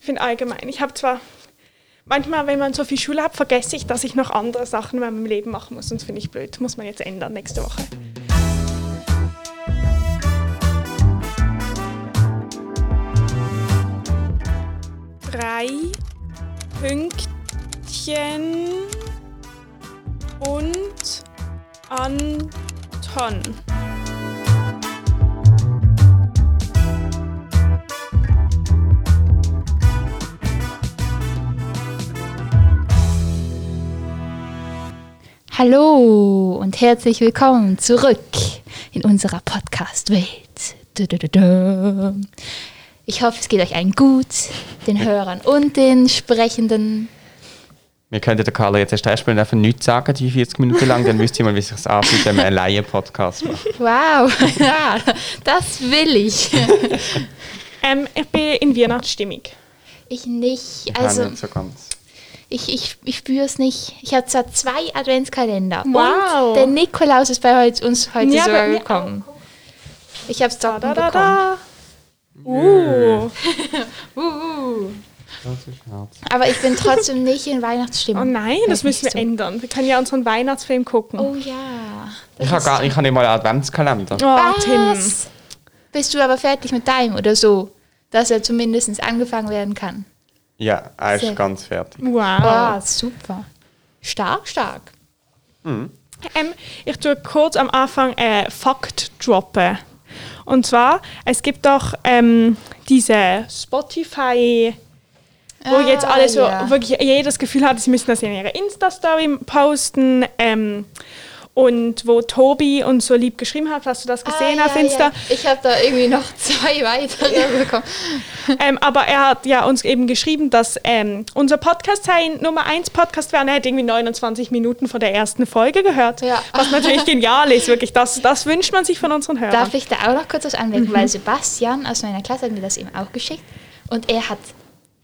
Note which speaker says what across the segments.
Speaker 1: finde allgemein. Ich habe zwar manchmal, wenn man so viel Schule hat, vergesse ich, dass ich noch andere Sachen in meinem Leben machen muss. Sonst finde ich blöd. Muss man jetzt ändern nächste Woche. Drei Pünktchen und Anton.
Speaker 2: Hallo und herzlich willkommen zurück in unserer Podcast-Welt. Du, du, du, du. Ich hoffe, es geht euch allen gut, den Hörern und den Sprechenden.
Speaker 3: Wir könnten der Carla jetzt erst einspielen und einfach nichts sagen, die 40 Minuten lang, dann wüsste ich mal, wie es sich anfühlt, wenn man einen Laien-Podcast macht.
Speaker 2: Wow, ja, das will ich.
Speaker 1: Ähm, ich bin in Weihnachtsstimmung.
Speaker 2: Ich nicht,
Speaker 3: Ich also,
Speaker 2: also
Speaker 3: nicht so ganz.
Speaker 2: ich, ich, ich spüre es nicht. Ich habe zwar zwei Adventskalender
Speaker 1: Wow.
Speaker 2: und der Nikolaus ist bei heute, uns heute
Speaker 1: Ja,
Speaker 2: sogar
Speaker 1: bei mir
Speaker 2: gekommen. Ich habe es
Speaker 1: Da, da,
Speaker 2: doch
Speaker 1: da,
Speaker 2: bekommen.
Speaker 1: da. Uh.
Speaker 3: Das ist Scherz.
Speaker 2: Aber ich bin trotzdem nicht in
Speaker 1: Oh
Speaker 2: Weihnachtsstimmung.
Speaker 1: nein, das müssen wir
Speaker 2: Nicht so.
Speaker 1: ändern. Wir können ja unseren Weihnachtsfilm gucken.
Speaker 2: Oh ja.
Speaker 3: Ich habe gar ich hab nicht mal einen Adventskalender.
Speaker 1: Oh, Tim.
Speaker 2: Was? Bist du aber fertig mit deinem oder so, dass er zumindest angefangen werden kann?
Speaker 3: Ja, er
Speaker 2: Sehr.
Speaker 3: ist ganz fertig.
Speaker 1: Wow.
Speaker 2: Ah, super. Stark, stark.
Speaker 1: Ähm, ich tue kurz am Anfang äh, Fakt droppen. Und zwar, es gibt doch ähm, diese Spotify, wo
Speaker 2: Ah,
Speaker 1: jetzt alle so
Speaker 2: ja.
Speaker 1: wirklich jeder das Gefühl hat, sie müssen das in ihre Insta-Story posten. Ähm, und wo Tobi und so lieb geschrieben hat, hast du das gesehen
Speaker 2: Ah,
Speaker 1: auf
Speaker 2: ja,
Speaker 1: Insta?
Speaker 2: Ja. Ich habe da irgendwie noch zwei weitere bekommen.
Speaker 1: Ähm, aber er hat ja uns eben geschrieben, dass ähm, unser Podcast sein Nummer 1 Podcast wäre. Und er hat irgendwie 29 Minuten von der ersten Folge gehört.
Speaker 2: Ja.
Speaker 1: Was natürlich genial ist, wirklich. Das, das wünscht man sich von unseren Hörern.
Speaker 2: Darf ich da auch noch kurz was anmerken? Weil Sebastian aus meiner Klasse hat mir das eben auch geschickt und er hat,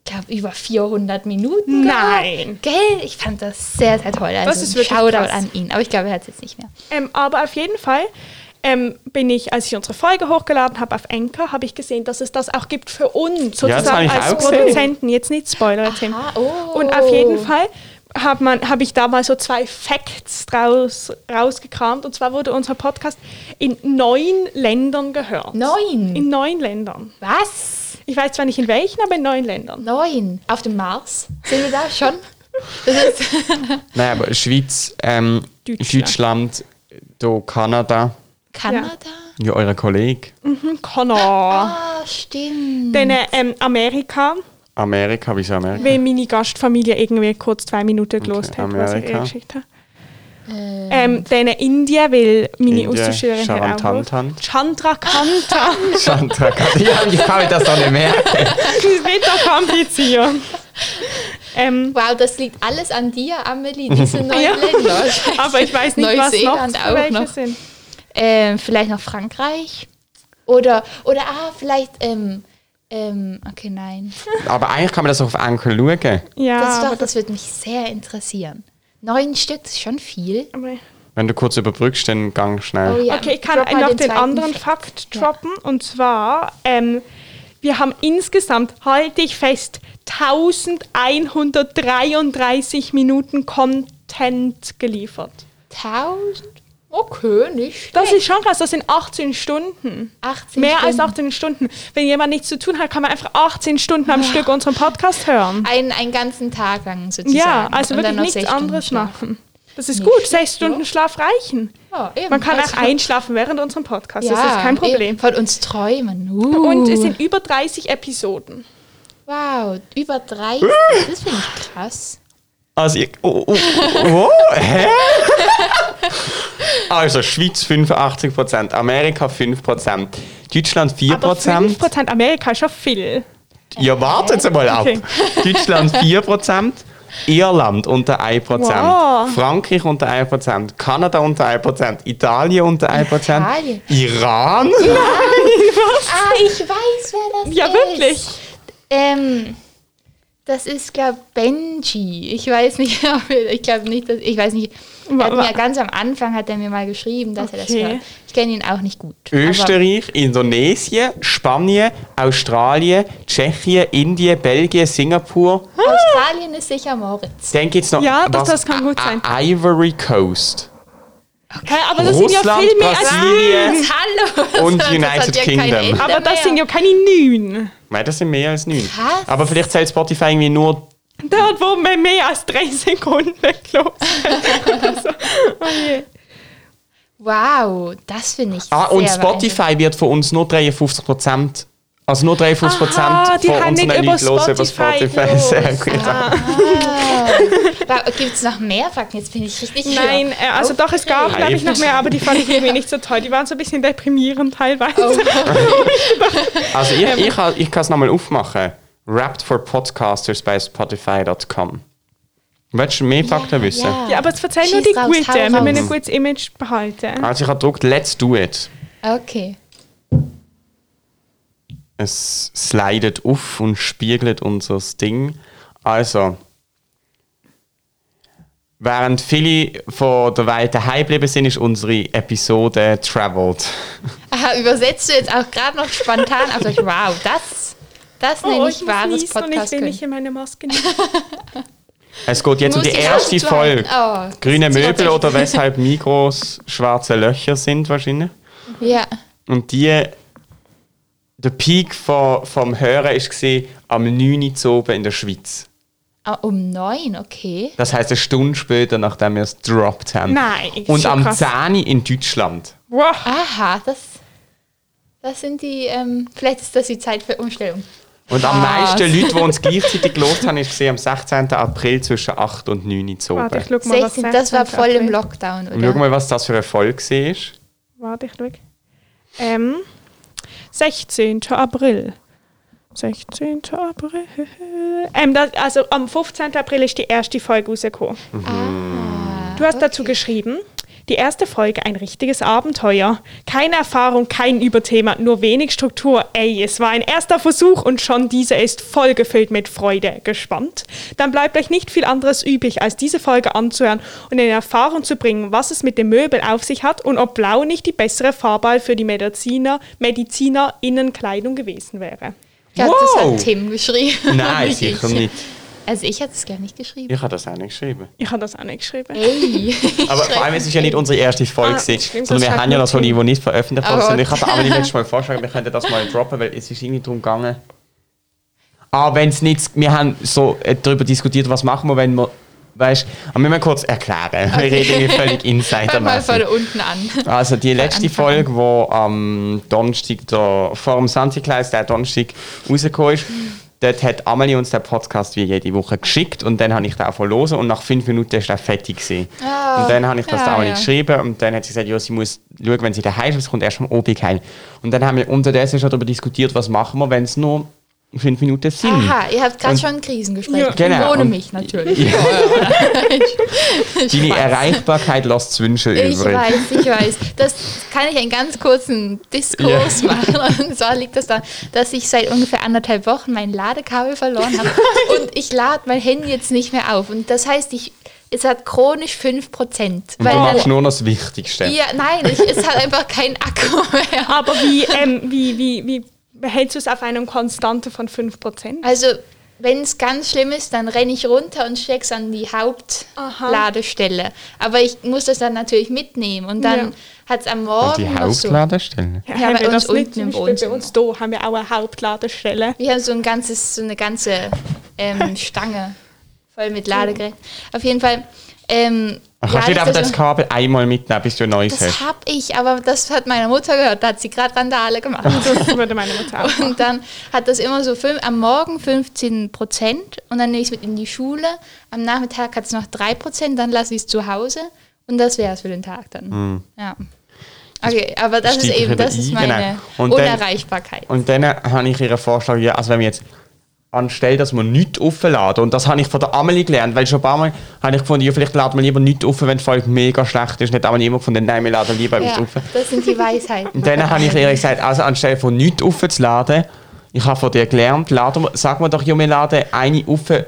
Speaker 2: glaube über 400 Minuten.
Speaker 1: Nein.
Speaker 2: Gehabt. Gell? Ich fand das sehr, sehr toll. Also
Speaker 1: ist wirklich
Speaker 2: Shoutout
Speaker 1: krass.
Speaker 2: an ihn. Aber ich glaube, er hat es jetzt nicht mehr.
Speaker 1: Ähm, aber auf jeden Fall ähm, bin ich, als ich unsere Folge hochgeladen habe auf Enker, habe ich gesehen, dass es das auch gibt für uns,
Speaker 3: Ja, das
Speaker 1: sozusagen
Speaker 3: habe ich
Speaker 1: als
Speaker 3: auch gesehen.
Speaker 1: Produzenten. Jetzt nicht Spoiler, Tim.
Speaker 2: oh.
Speaker 1: Und auf jeden Fall habe hab ich da mal so zwei Facts draus, rausgekramt. Und zwar wurde unser Podcast in neun Ländern gehört.
Speaker 2: Neun?
Speaker 1: In neun Ländern.
Speaker 2: Was?
Speaker 1: Ich weiß zwar nicht in welchen, aber in neun Ländern.
Speaker 2: Neun. Auf dem Mars? Sind wir da schon? Das ist
Speaker 3: Nein, aber Schweiz, ähm,
Speaker 1: Deutschland.
Speaker 3: Deutschland, da Kanada,
Speaker 2: Kanada?
Speaker 3: ja, euer Kollege,
Speaker 1: Hm, Connor.
Speaker 2: Ah, stimmt.
Speaker 1: Dann äh, ähm, Amerika,
Speaker 3: Amerika, wieso Amerika?
Speaker 1: weil meine Gastfamilie irgendwie kurz zwei Minuten gelost hat, was ich ihr
Speaker 3: Amerika.
Speaker 1: geschickt habe. Ähm, dann Indien, weil meine
Speaker 3: Indien,
Speaker 1: Austauschschülerin hat auch
Speaker 3: Charantantan.
Speaker 1: gewusst. Chandrakanta.
Speaker 3: Sandra, ja, ich kann mir das doch nicht merken.
Speaker 1: das ist nicht so kompliziert. Ähm,
Speaker 2: Wow, das liegt alles an dir, Amelie, diese neuen
Speaker 1: Ja.
Speaker 2: Länder.
Speaker 1: Aber ich weiß nicht, was noch
Speaker 2: Neuseeland
Speaker 1: für
Speaker 2: auch
Speaker 1: welche
Speaker 2: noch.
Speaker 1: sind.
Speaker 2: Ähm, vielleicht noch Frankreich? Oder, oder ah, vielleicht, ähm, ähm, okay, nein.
Speaker 3: Aber eigentlich kann man das auch auf Enkel schauen.
Speaker 1: Ja,
Speaker 2: Das, ist
Speaker 1: aber
Speaker 2: doch, das würde mich sehr interessieren. Neun Stück, das ist schon viel.
Speaker 1: aber-
Speaker 3: Wenn du kurz überbrückst, dann gang schnell.
Speaker 2: Oh ja,
Speaker 1: Okay, ich kann
Speaker 2: drop mal
Speaker 1: noch den,
Speaker 2: zweiten
Speaker 1: anderen
Speaker 2: Fact.
Speaker 1: Fakt droppen. Und zwar, ähm, wir haben insgesamt, halte ich fest, 1133 Minuten Content geliefert.
Speaker 2: 1000? Okay, nicht
Speaker 1: Das
Speaker 2: schlecht.
Speaker 1: ist schon krass, das sind 18 Stunden.
Speaker 2: 18
Speaker 1: Mehr als
Speaker 2: Stunden.
Speaker 1: 18 Stunden. Wenn jemand nichts zu tun hat, kann man einfach 18 Stunden am Stück unseren Podcast hören.
Speaker 2: einen, einen ganzen Tag lang sozusagen.
Speaker 1: Ja, also
Speaker 2: Und
Speaker 1: wirklich
Speaker 2: dann noch
Speaker 1: nichts
Speaker 2: sechs Stunden
Speaker 1: anderes
Speaker 2: Schlaf.
Speaker 1: machen. Das ist
Speaker 2: Nicht
Speaker 1: gut,
Speaker 2: schlecht,
Speaker 1: sechs
Speaker 2: ja.
Speaker 1: Stunden Schlaf reichen.
Speaker 2: Ja, eben.
Speaker 1: Man kann
Speaker 2: Also-
Speaker 1: auch einschlafen während unserem Podcast, das
Speaker 2: Ja,
Speaker 1: ist kein Problem.
Speaker 2: eben. Von uns träumen. Uh.
Speaker 1: Und es sind über 30 Episoden.
Speaker 2: wow, über 30. das finde ich krass.
Speaker 3: Also, ich, oh, oh, oh, hä? Also, Schweiz 85%, Amerika 5%, Deutschland
Speaker 1: Aber
Speaker 3: 4%.
Speaker 1: 5% Amerika ist schon viel.
Speaker 3: Ja, wartet mal ab.
Speaker 1: Okay.
Speaker 3: Deutschland 4%, Irland unter 1%,
Speaker 1: Wow.
Speaker 3: Frankreich unter 1%, Kanada unter 1%, Italien unter 1%,
Speaker 2: Italien.
Speaker 3: Iran?
Speaker 2: Ah, ich weiß, wer das
Speaker 1: Ja,
Speaker 2: ist.
Speaker 1: wirklich.
Speaker 2: Ähm, Das ist, glaube Benji. Ich weiß nicht, ob er- ich glaube nicht, dass, ich weiß nicht. Er hat
Speaker 1: Wa- wa-
Speaker 2: mir ganz am Anfang hat er mir mal geschrieben, dass er das
Speaker 1: Okay.
Speaker 2: hört. Ich kenne ihn auch nicht gut. aber-
Speaker 3: Österreich, Indonesien, Spanien, Australien, Tschechien, Indien, Belgien, Singapur.
Speaker 2: Australien ist sicher Moritz.
Speaker 3: Dann gibt es noch
Speaker 1: Ja, das- das kann gut
Speaker 3: I- I-
Speaker 1: sein.
Speaker 3: Ivory Coast.
Speaker 1: Hä, aber das sind ja
Speaker 3: Russland,
Speaker 1: viel mehr
Speaker 3: Brasilien.
Speaker 1: als neun.
Speaker 2: Hallo!
Speaker 3: Und
Speaker 2: Das hat
Speaker 3: United
Speaker 2: ja kein
Speaker 3: Kingdom.
Speaker 2: Ende
Speaker 1: Aber das
Speaker 2: mehr.
Speaker 1: sind ja keine neun.
Speaker 3: Nein, das sind mehr als neun.
Speaker 2: Krass.
Speaker 3: Aber vielleicht zählt Spotify irgendwie nur
Speaker 1: Dort, wo man mehr als drei Sekunden Also, oh wegläuft.
Speaker 2: Wow, das finde ich.
Speaker 3: Ah, und
Speaker 2: sehr
Speaker 3: Spotify wird von uns nur 53 Prozent. Also nur
Speaker 1: Aha,
Speaker 3: 53 Prozent
Speaker 1: die
Speaker 3: von
Speaker 1: haben
Speaker 3: unseren
Speaker 1: nicht
Speaker 3: Leuten
Speaker 1: über
Speaker 3: hören über
Speaker 1: Spotify
Speaker 3: Spotify. Sehr
Speaker 1: los.
Speaker 3: gut.
Speaker 2: Gibt es noch mehr Fakten? Jetzt bin ich richtig.
Speaker 1: Nein, äh, also doch, es gab, glaube ich, noch mehr, aber die fand ich irgendwie nicht so toll. Die waren so ein bisschen deprimierend teilweise.
Speaker 2: Oh.
Speaker 3: Also ich, ich, ha- ich kann es nochmal aufmachen. Wrapped for Podcasters bei Spotify.com. Willst du mehr Fakten wissen?
Speaker 1: Ja, aber es verzeihen nur
Speaker 2: Schieß
Speaker 1: die
Speaker 2: raus,
Speaker 1: Guten,
Speaker 2: hau
Speaker 1: wenn wir
Speaker 2: raus.
Speaker 1: ein gutes Image behalten.
Speaker 3: Also ich habe gedruckt, let's do it.
Speaker 2: Okay.
Speaker 3: Es slidet auf und spiegelt unser Ding. Also, während viele von der Welt daheim geblieben sind, ist unsere Episode traveled.
Speaker 2: Aha, übersetzt du jetzt auch gerade noch spontan auf euch. Wow, das, das nenne ich wahres
Speaker 1: und Oh, ich
Speaker 2: Podcast.
Speaker 1: will nicht in meine Maske nehmen.
Speaker 3: Es geht jetzt um die erste
Speaker 2: Oh,
Speaker 3: Folge.
Speaker 1: Oh,
Speaker 3: Grüne Möbel oder weshalb Migros schwarze Löcher sind wahrscheinlich.
Speaker 2: Ja.
Speaker 3: Und die, der Peak von, vom Hören war am 9. Uhr zu oben in der Schweiz.
Speaker 2: Ah, Um neun, okay.
Speaker 3: Das heißt eine Stunde später, nachdem wir es gedroppt haben.
Speaker 1: Nein, ist
Speaker 3: Und
Speaker 1: schon
Speaker 3: am
Speaker 1: krass.
Speaker 3: 10. Uhr in Deutschland.
Speaker 1: Wow.
Speaker 2: Aha, das, das sind die. Ähm, vielleicht ist das die Zeit für Umstellung.
Speaker 3: Und am
Speaker 2: Krass.
Speaker 3: meisten Leute, die uns gleichzeitig gelost haben, ist am 16. April zwischen 8 und 9 Uhr zu
Speaker 1: Warte,
Speaker 3: oben.
Speaker 1: ich schau mal, was
Speaker 2: 16, das war
Speaker 1: 16.
Speaker 2: voll im
Speaker 1: April.
Speaker 2: Lockdown,
Speaker 3: Und schau
Speaker 2: oder?
Speaker 3: mal, was das für ein Erfolg war.
Speaker 1: Warte, ich schau. Ähm, 16. April. 16. April. Ähm, das, also am 15. April ist die erste Folge rausgekommen. Du hast dazu geschrieben, die erste Folge ein richtiges Abenteuer. Keine Erfahrung, kein Überthema, nur wenig Struktur. Ey, es war ein erster Versuch und schon dieser ist voll gefüllt mit Freude. Gespannt? Dann bleibt euch nicht viel anderes übrig, als diese Folge anzuhören und in Erfahrung zu bringen, was es mit dem Möbel auf sich hat und ob blau nicht die bessere Farbe für die Mediziner, MedizinerInnenkleidung gewesen wäre.
Speaker 2: Ich glaube, das
Speaker 3: Wow.
Speaker 2: hat Tim geschrieben.
Speaker 3: Nein, sicher
Speaker 2: ich.
Speaker 3: nicht.
Speaker 2: Also ich hätte es gar nicht geschrieben.
Speaker 3: Ich habe das auch nicht geschrieben.
Speaker 1: Ich habe das auch nicht geschrieben.
Speaker 2: Ey.
Speaker 3: Aber vor allem, es ist ja nicht unsere erste Folge,
Speaker 1: Ah,
Speaker 3: gewesen,
Speaker 1: stimmt,
Speaker 3: sondern
Speaker 1: das
Speaker 3: wir
Speaker 1: hat
Speaker 3: haben ja noch
Speaker 1: nicht
Speaker 3: so die,
Speaker 1: hin.
Speaker 3: die nicht veröffentlicht
Speaker 2: Aber
Speaker 3: worden sind. Ich
Speaker 2: gut.
Speaker 3: habe aber letztes Mal vorgeschlagen, wir könnten das mal droppen, weil es ist irgendwie darum gegangen. Ah, wenn es nicht, wir haben so äh, darüber diskutiert, was machen wir, wenn wir, weißt du, wir müssen kurz erklären. Wir reden hier völlig
Speaker 2: Fang mal von
Speaker 3: insidermäßig.
Speaker 2: unten an.
Speaker 3: Also die letzte
Speaker 2: Äh, Anfang.
Speaker 3: Folge, die am Donnerstag, der, vor dem Santikleis, der Donnerstag rausgekommen ist, dort hat Amelie uns den Podcast wie jede Woche geschickt und dann habe ich den auch verlosen und nach fünf Minuten ist er fertig gewesen.
Speaker 2: Ah,
Speaker 3: und dann habe ich das
Speaker 2: ja,
Speaker 3: der Amelie
Speaker 2: ja.
Speaker 3: geschrieben und dann hat sie gesagt, ja, sie muss schauen, wenn sie daheim ist, es kommt erst am Obig heim. Und dann haben wir unterdessen schon darüber diskutiert, was machen wir, wenn es nur fünf Minuten sind.
Speaker 2: Aha, ihr habt gerade
Speaker 3: Und-
Speaker 2: schon ein Krisengespräch.
Speaker 1: Ja,
Speaker 3: genau.
Speaker 2: Ohne
Speaker 3: Und-
Speaker 2: mich natürlich.
Speaker 3: Deine
Speaker 2: Spaß.
Speaker 3: Erreichbarkeit lässt Wünsche
Speaker 2: Ich
Speaker 3: übrig.
Speaker 2: weiß, ich weiß. Das kann ich einen ganz kurzen Diskurs machen. Und zwar liegt das daran, dass ich seit ungefähr anderthalb Wochen mein Ladekabel verloren habe und ich lade mein Handy jetzt nicht mehr auf. Und das heißt, ich, es hat chronisch 5%.
Speaker 3: Und du machst
Speaker 2: dann,
Speaker 3: nur noch das Wichtigste.
Speaker 2: ja, nein, ich, es hat einfach keinen Akku mehr.
Speaker 1: Aber wie, ähm, wie, wie, wie behältst du es auf einem Konstante von 5%?
Speaker 2: Also, wenn es ganz schlimm ist, dann renne ich runter und steck's an die
Speaker 1: Aha.
Speaker 2: Hauptladestelle. Aber ich muss das dann natürlich mitnehmen und dann
Speaker 1: Ja.
Speaker 2: hat's am
Speaker 3: Und
Speaker 2: Morgen
Speaker 3: die
Speaker 2: noch so.
Speaker 3: Hauptladestelle.
Speaker 1: Ja,
Speaker 2: bei uns unten im
Speaker 1: Zum Beispiel
Speaker 2: Wohnzimmer.
Speaker 1: Bei uns da haben wir auch eine Hauptladestelle.
Speaker 2: Wir haben so ein ganzes, so eine ganze ähm, Stange voll mit Ladegerät. Auf jeden Fall. Ähm,
Speaker 3: Ach, Kannst
Speaker 2: lade
Speaker 3: du nicht
Speaker 2: ich das
Speaker 3: einfach das halt.
Speaker 2: so-
Speaker 3: Kabel einmal mitnehmen, bis du ein neues
Speaker 2: das
Speaker 3: hast?
Speaker 2: hab ich, aber das hat meine Mutter gehört. Da hat sie gerade Randale gemacht.
Speaker 1: Das würde meine Mutter auch.
Speaker 2: Und dann hat das immer so fünf, am Morgen 15 Prozent und dann nehme ich es mit in die Schule. Am Nachmittag hat es noch 3 Prozent, dann lasse ich es zu Hause und das wäre es für den Tag dann.
Speaker 3: Hm.
Speaker 2: Ja. Okay, aber das ist
Speaker 3: steigt
Speaker 2: eben,
Speaker 3: wieder
Speaker 2: das ist
Speaker 3: ein,
Speaker 2: meine
Speaker 3: genau. Und dann-
Speaker 2: Unerreichbarkeit.
Speaker 3: Und dann habe ich ihren Vorschlag, ja, also wenn wir jetzt anstelle, dass wir nichts aufladen, und das habe ich von der Amelie gelernt, weil schon ein paar Mal habe ich gefunden, ja, vielleicht laden wir lieber nichts auf, wenn die Folge mega schlecht ist. Nicht einmal jemand gefunden, nein, wir laden lieber etwas
Speaker 2: Ja,
Speaker 3: auf.
Speaker 2: das sind die Weisheiten.
Speaker 3: Und dann habe ich ihr gesagt, also anstelle von nichts aufzuladen, Ich habe von dir gelernt, laden, wir- sag mir doch, Junge, lade eine auf, die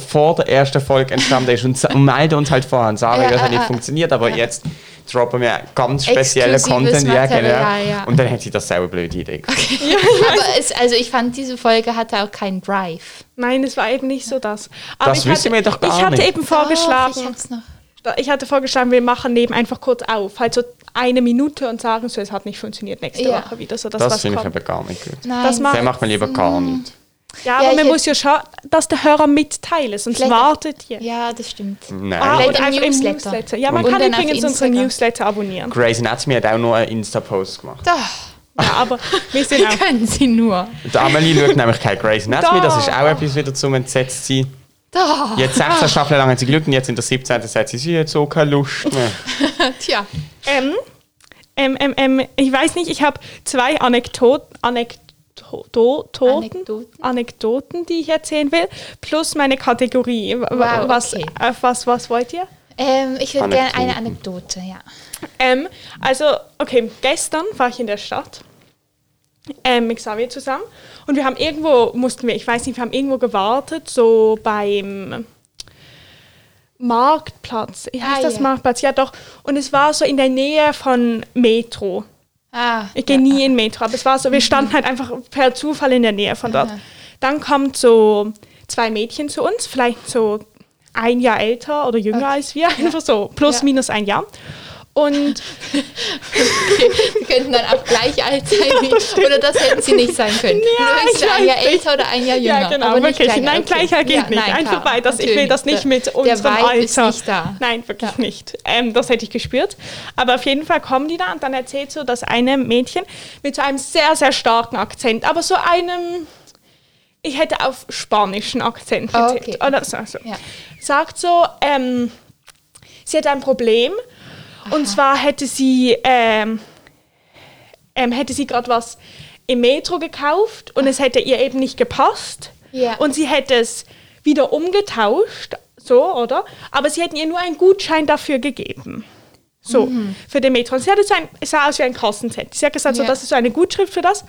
Speaker 3: vor der ersten Folge entstanden ist. Und, sa- und melde uns halt vorher an. Sagen,
Speaker 2: Ja,
Speaker 3: das hat
Speaker 2: äh,
Speaker 3: nicht
Speaker 2: äh.
Speaker 3: funktioniert, aber jetzt droppen wir ganz speziellen
Speaker 2: Exklusives
Speaker 3: Content. Ja,
Speaker 2: Material,
Speaker 3: genau.
Speaker 2: ja.
Speaker 3: Und dann hat sie das selber blöde Idee. Okay.
Speaker 2: Aber es, also ich fand, diese Folge hatte auch keinen Drive.
Speaker 1: Nein, es war eben nicht so das. Aber
Speaker 3: Das
Speaker 1: ich hatte,
Speaker 3: wissen wir doch gar
Speaker 1: Ich hatte
Speaker 3: nicht.
Speaker 1: eben
Speaker 2: Doch, ich
Speaker 1: vorgeschlagen,
Speaker 2: hab's noch.
Speaker 1: ich hatte vorgeschlagen, wir machen neben einfach kurz auf. Halt so eine Minute und sagen so, es hat nicht funktioniert, nächste
Speaker 2: Ja.
Speaker 1: Woche wieder. So, dass
Speaker 3: Das,
Speaker 1: was
Speaker 3: finde ich
Speaker 1: kommt.
Speaker 3: aber gar nicht gut.
Speaker 2: Nein,
Speaker 1: Das macht-
Speaker 3: Dann macht man lieber gar nicht.
Speaker 1: Ja,
Speaker 2: Ja,
Speaker 1: aber
Speaker 2: ich
Speaker 1: man
Speaker 2: hätt-
Speaker 1: muss ja schauen, dass der Hörer mitteilt, sonst
Speaker 2: Vielleicht-
Speaker 1: wartet ihr.
Speaker 2: Ja, das stimmt.
Speaker 3: Nein.
Speaker 1: Ah,
Speaker 2: Vielleicht
Speaker 1: und
Speaker 2: im
Speaker 1: einfach
Speaker 2: Newsletter.
Speaker 1: im Newsletter. Ja, man
Speaker 2: Und
Speaker 1: kann
Speaker 2: dann auf
Speaker 1: übrigens unsere
Speaker 2: Instagram.
Speaker 1: Newsletter abonnieren.
Speaker 3: Grey's Anatomy hat auch nur einen Insta-Post gemacht.
Speaker 2: Doch,
Speaker 1: Ja, aber wir sind
Speaker 2: wir
Speaker 1: auch.
Speaker 2: können sie nur.
Speaker 3: Und Amelie schaut nämlich kein Grey's Anatomy, das ist
Speaker 1: Doch.
Speaker 3: auch etwas wieder zum entsetzt sein.
Speaker 2: Doch,
Speaker 3: Jetzt 16 Staffeln lang hat sie Glück und jetzt in der 17. sagt sie, sie hat so keine Lust mehr.
Speaker 2: tja.
Speaker 1: Ähm, ähm, ähm, ähm, ich weiß nicht, ich habe zwei Anekdoten, Anekdoten,
Speaker 2: Anekdoten?
Speaker 1: Anekdoten, die ich erzählen will, plus meine Kategorie. W-
Speaker 2: Wow,
Speaker 1: was,
Speaker 2: okay.
Speaker 1: auf was, was wollt ihr?
Speaker 2: Ähm, ich würde gerne eine Anekdote,
Speaker 3: Anekdoten.
Speaker 2: ja.
Speaker 1: Ähm, also, okay, gestern war ich in der Stadt ähm, mit Xavier zusammen und wir haben irgendwo, mussten wir, ich weiß nicht, wir haben irgendwo gewartet, so beim Marktplatz. Heißt
Speaker 2: Ah,
Speaker 1: das
Speaker 2: ja.
Speaker 1: Marktplatz? Ja, doch. Und es war so in der Nähe von Metro.
Speaker 2: Ah,
Speaker 1: Ich gehe nie in Metro, aber es war so, wir standen halt einfach per Zufall in der Nähe von dort.
Speaker 2: Mhm. Aha.
Speaker 1: Dann kommen so zwei Mädchen zu uns, vielleicht so ein Jahr älter oder jünger als wir, einfach so plus
Speaker 2: Ja.
Speaker 1: minus ein Jahr. Und
Speaker 2: Wir könnten dann auch gleich alt sein. Wie, oder das hätten sie nicht sein können.
Speaker 1: Ja,
Speaker 2: Nur
Speaker 1: ich
Speaker 2: ist sie ein
Speaker 1: weiß
Speaker 2: Jahr
Speaker 1: nicht.
Speaker 2: älter oder ein Jahr jünger.
Speaker 1: ja, genau,
Speaker 2: aber nicht
Speaker 1: wirklich.
Speaker 2: gleich
Speaker 1: nein,
Speaker 2: alt.
Speaker 1: gleicher geht
Speaker 2: Ja,
Speaker 1: nicht.
Speaker 2: nein,
Speaker 1: einfach
Speaker 2: klar,
Speaker 1: beides. Ich will
Speaker 2: natürlich.
Speaker 1: das nicht
Speaker 2: Der-
Speaker 1: mit unserem
Speaker 2: der Vibe
Speaker 1: Alter.
Speaker 2: Ist nicht da.
Speaker 1: Nein, wirklich
Speaker 2: Ja.
Speaker 1: nicht. Ähm, das hätte ich gespürt. Aber auf jeden Fall kommen die da und dann erzählt so das eine Mädchen mit so einem sehr, sehr starken Akzent, aber so einem, ich hätte auf spanischen Akzent
Speaker 2: Ah,
Speaker 1: erzählt.
Speaker 2: okay.
Speaker 1: Oder so. so.
Speaker 2: Ja.
Speaker 1: Sagt so, ähm, sie hat ein Problem und zwar hätte sie, ähm, ähm, hätte sie gerade was im Metro gekauft und es hätte ihr eben nicht gepasst.
Speaker 2: Ja.
Speaker 1: Und sie hätte es wieder umgetauscht, so, oder? Aber sie hätten ihr nur einen Gutschein dafür gegeben. So, für den Metro. Und sie hatte so ein, es sah aus wie ein Kassenzettel. Sie hat gesagt,
Speaker 2: Mhm. Ja.
Speaker 1: so, das ist so eine Gutschrift für das.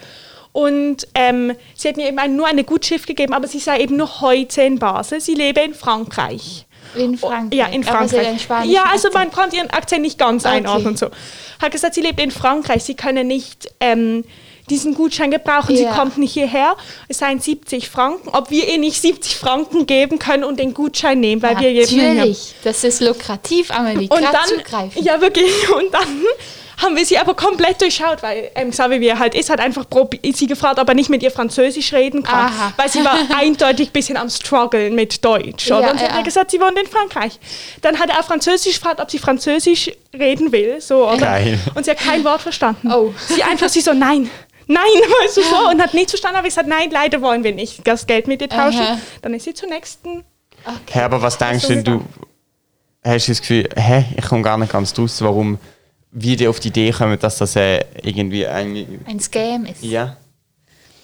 Speaker 1: Und ähm, sie hätten ihr eben ein- nur eine Gutschrift gegeben, aber sie sei eben nur heute in Basel. Sie lebe in Frankreich.
Speaker 2: In Frankreich.
Speaker 1: oh, Ja, in
Speaker 2: Aber sie hat
Speaker 1: Frankreich.
Speaker 2: einen spanischen
Speaker 1: ja, also
Speaker 2: Akzent.
Speaker 1: man konnte ihren Akzent nicht ganz
Speaker 2: Okay.
Speaker 1: einordnen. So. Hat gesagt, sie lebt in Frankreich, sie könne nicht ähm, diesen Gutschein gebrauchen,
Speaker 2: Ja.
Speaker 1: sie kommt nicht hierher. Es seien 70 Franken, ob wir ihr nicht 70 Franken geben können und den Gutschein nehmen, weil wir jeden haben.
Speaker 2: Natürlich. Das ist lukrativ, Amelie.
Speaker 1: Und
Speaker 2: Grad
Speaker 1: dann,
Speaker 2: zugreifen.
Speaker 1: ja wirklich, und dann haben wir sie aber komplett durchschaut, weil ähm, Xavier, wie er halt ist, hat einfach probi- sie gefragt, ob er nicht mit ihr Französisch reden kann,
Speaker 2: Aha.
Speaker 1: weil sie war eindeutig ein bisschen am struggeln mit Deutsch. Oder?
Speaker 2: Ja,
Speaker 1: und sie hat
Speaker 2: ja.
Speaker 1: ja. gesagt, sie wohnt in Frankreich. Dann hat er auf Französisch gefragt, ob sie Französisch reden will, so, oder?
Speaker 3: Geil.
Speaker 1: Und sie hat kein Wort verstanden.
Speaker 2: Oh.
Speaker 1: Sie einfach, sie so, nein. Nein, weißt du so, und hat nicht verstanden, aber ich gesagt, nein, leider wollen wir nicht das Geld mit dir tauschen.
Speaker 2: Aha.
Speaker 1: Dann ist sie zur nächsten
Speaker 3: Hä, aber was denkst
Speaker 1: so
Speaker 3: du, du hast du das Gefühl, hä, ich komme gar nicht ganz draus, warum wie die auf die Idee kommen, dass das äh, irgendwie ein...
Speaker 2: Ein Scam ist.
Speaker 3: Ja.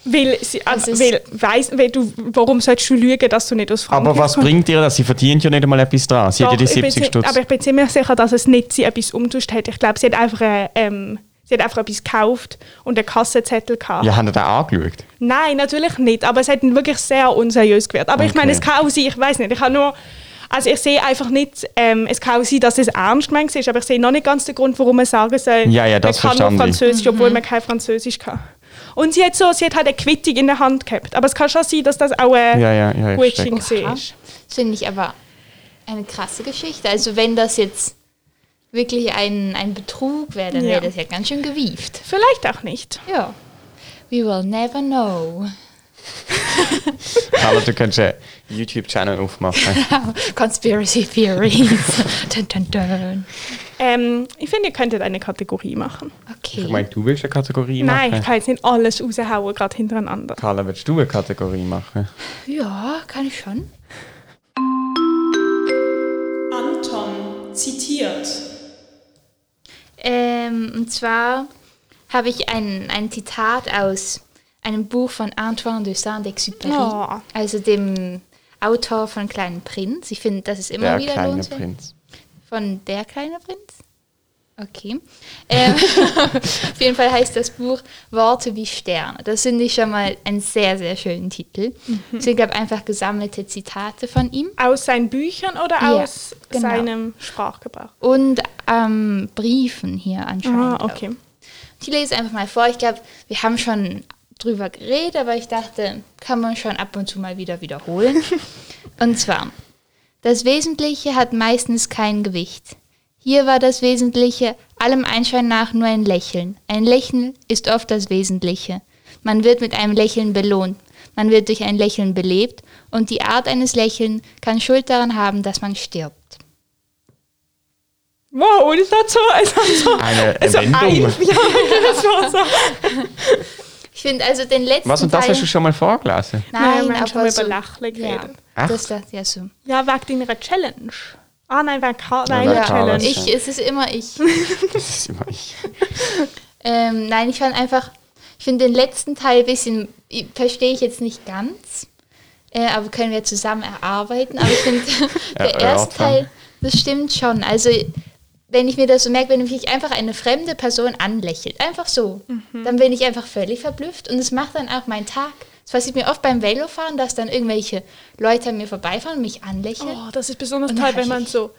Speaker 1: Weil, sie, also,
Speaker 2: Das ist-
Speaker 1: weil, weiss, weil du, warum sollst du lügen, dass du nicht aus Frankreich
Speaker 3: Aber was
Speaker 1: kommst?
Speaker 3: bringt ihr das? Sie verdient ja nicht einmal etwas dran. Sie hat ja die
Speaker 1: Doch, ich bin
Speaker 3: 70
Speaker 1: si-
Speaker 3: Stutz.
Speaker 1: Aber ich bin ziemlich sicher, dass es nicht sie etwas umtauscht hat. Ich glaube, sie hat einfach, äh, ähm, sie hat einfach etwas gekauft und einen Kassenzettel gehabt.
Speaker 3: Ja, haben ihr da angeschaut?
Speaker 1: Nein, natürlich nicht. Aber es hat wirklich sehr unseriös gewirkt. Aber ich
Speaker 3: Okay.
Speaker 1: meine, es kann auch sein, ich weiß nicht. Ich habe nur, also ich sehe einfach nicht, ähm, es kann auch sein, dass es ernst gemeint ist, aber ich sehe noch nicht ganz den Grund, warum man sagen soll,
Speaker 3: Ja, ja, das
Speaker 1: man kann
Speaker 3: verstand ich.
Speaker 1: nur Französisch, obwohl
Speaker 2: Mhm.
Speaker 1: man kein Französisch kann. Und sie hat so, sie hat halt eine Quittung in der Hand gehabt. Aber es kann schon sein, dass das auch ein
Speaker 3: Ja, ja, ja, ich
Speaker 1: Witching
Speaker 2: Oha.
Speaker 1: war.
Speaker 2: Das finde ich aber eine krasse Geschichte. Also wenn das jetzt wirklich ein, ein Betrug wäre, dann
Speaker 1: Ja.
Speaker 2: wäre das ja ganz schön gewieft.
Speaker 1: Vielleicht auch nicht.
Speaker 2: Ja. We will never know.
Speaker 3: Carla, du könntest einen YouTube-Channel aufmachen.
Speaker 2: Conspiracy Theories. dun, dun, dun.
Speaker 1: Ähm, ich finde, ihr könntet eine Kategorie machen.
Speaker 2: Okay.
Speaker 3: Ich meine, du willst eine Kategorie machen?
Speaker 1: Nein, ich kann jetzt nicht alles raushauen, gerade hintereinander.
Speaker 3: Carla, willst du eine Kategorie machen?
Speaker 2: ja, kann ich schon.
Speaker 1: Anton zitiert.
Speaker 2: Ähm, und zwar habe ich ein, ein Zitat aus einem Buch von Antoine de Saint-Exupéry,
Speaker 1: Oh.
Speaker 2: also dem Autor von Kleinen Prinz. Ich finde, das ist immer
Speaker 3: Der
Speaker 2: wieder
Speaker 3: kleine
Speaker 2: lohnenswert.
Speaker 3: Prinz.
Speaker 2: Von Der kleine Prinz? Okay. Ähm, auf jeden Fall heißt das Buch Worte wie Sterne. Das finde ich schon mal einen sehr, sehr schönen Titel.
Speaker 1: Mhm.
Speaker 2: Es sind, glaube einfach gesammelte Zitate von ihm
Speaker 1: Aus seinen Büchern oder
Speaker 2: Ja,
Speaker 1: aus
Speaker 2: genau.
Speaker 1: seinem Sprachgebrauch?
Speaker 2: und ähm, Briefen hier anscheinend.
Speaker 1: Ah, okay.
Speaker 2: auch. Ich lese einfach mal vor. Ich glaube, wir haben schon drüber geredet, aber ich dachte, kann man schon ab und zu mal wieder wiederholen. und zwar, das Wesentliche hat meistens kein Gewicht. Hier war das Wesentliche allem Einschein nach nur ein Lächeln. Ein Lächeln ist oft das Wesentliche. Man wird mit einem Lächeln belohnt. Man wird durch ein Lächeln belebt und die Art eines Lächeln kann Schuld daran haben, dass man stirbt.
Speaker 1: Wow, das hat so, es hat so,
Speaker 3: Eine
Speaker 1: also ein,
Speaker 3: Erwendung.
Speaker 1: ja, das war so.
Speaker 2: Ich finde also den letzten
Speaker 3: Was und das
Speaker 2: Teil,
Speaker 3: hast du schon mal vorgelesen?
Speaker 1: Nein,
Speaker 2: Nein,
Speaker 1: wir haben
Speaker 2: aber
Speaker 1: schon mal
Speaker 2: so,
Speaker 1: über Lachlen
Speaker 2: ja,
Speaker 1: geredet.
Speaker 3: Ach.
Speaker 2: das dachte ja so.
Speaker 1: Ja, wegen deiner Challenge. Ah nein, wegen Karl, nein,
Speaker 3: wegen
Speaker 1: ja,
Speaker 3: Carlas.
Speaker 1: Challenge.
Speaker 2: Ich, es ist immer ich.
Speaker 3: Das ist immer ich.
Speaker 2: ähm, nein, ich fand einfach, ich finde den letzten Teil ein bisschen, ich- verstehe ich jetzt nicht ganz, äh, aber können wir zusammen erarbeiten. Aber ich finde, der erste
Speaker 3: Erörtern.
Speaker 2: Teil, das stimmt schon. Also, wenn ich mir das so merke, wenn mich einfach eine fremde Person anlächelt, einfach so, dann bin ich einfach völlig verblüfft und es macht dann auch meinen Tag. Das passiert mir oft beim Velofahren, dass dann irgendwelche Leute an mir vorbeifahren und mich anlächeln.
Speaker 1: Oh, das ist besonders
Speaker 2: Und
Speaker 1: toll,
Speaker 2: dann
Speaker 1: wenn
Speaker 2: hab
Speaker 1: man
Speaker 2: ich-
Speaker 1: so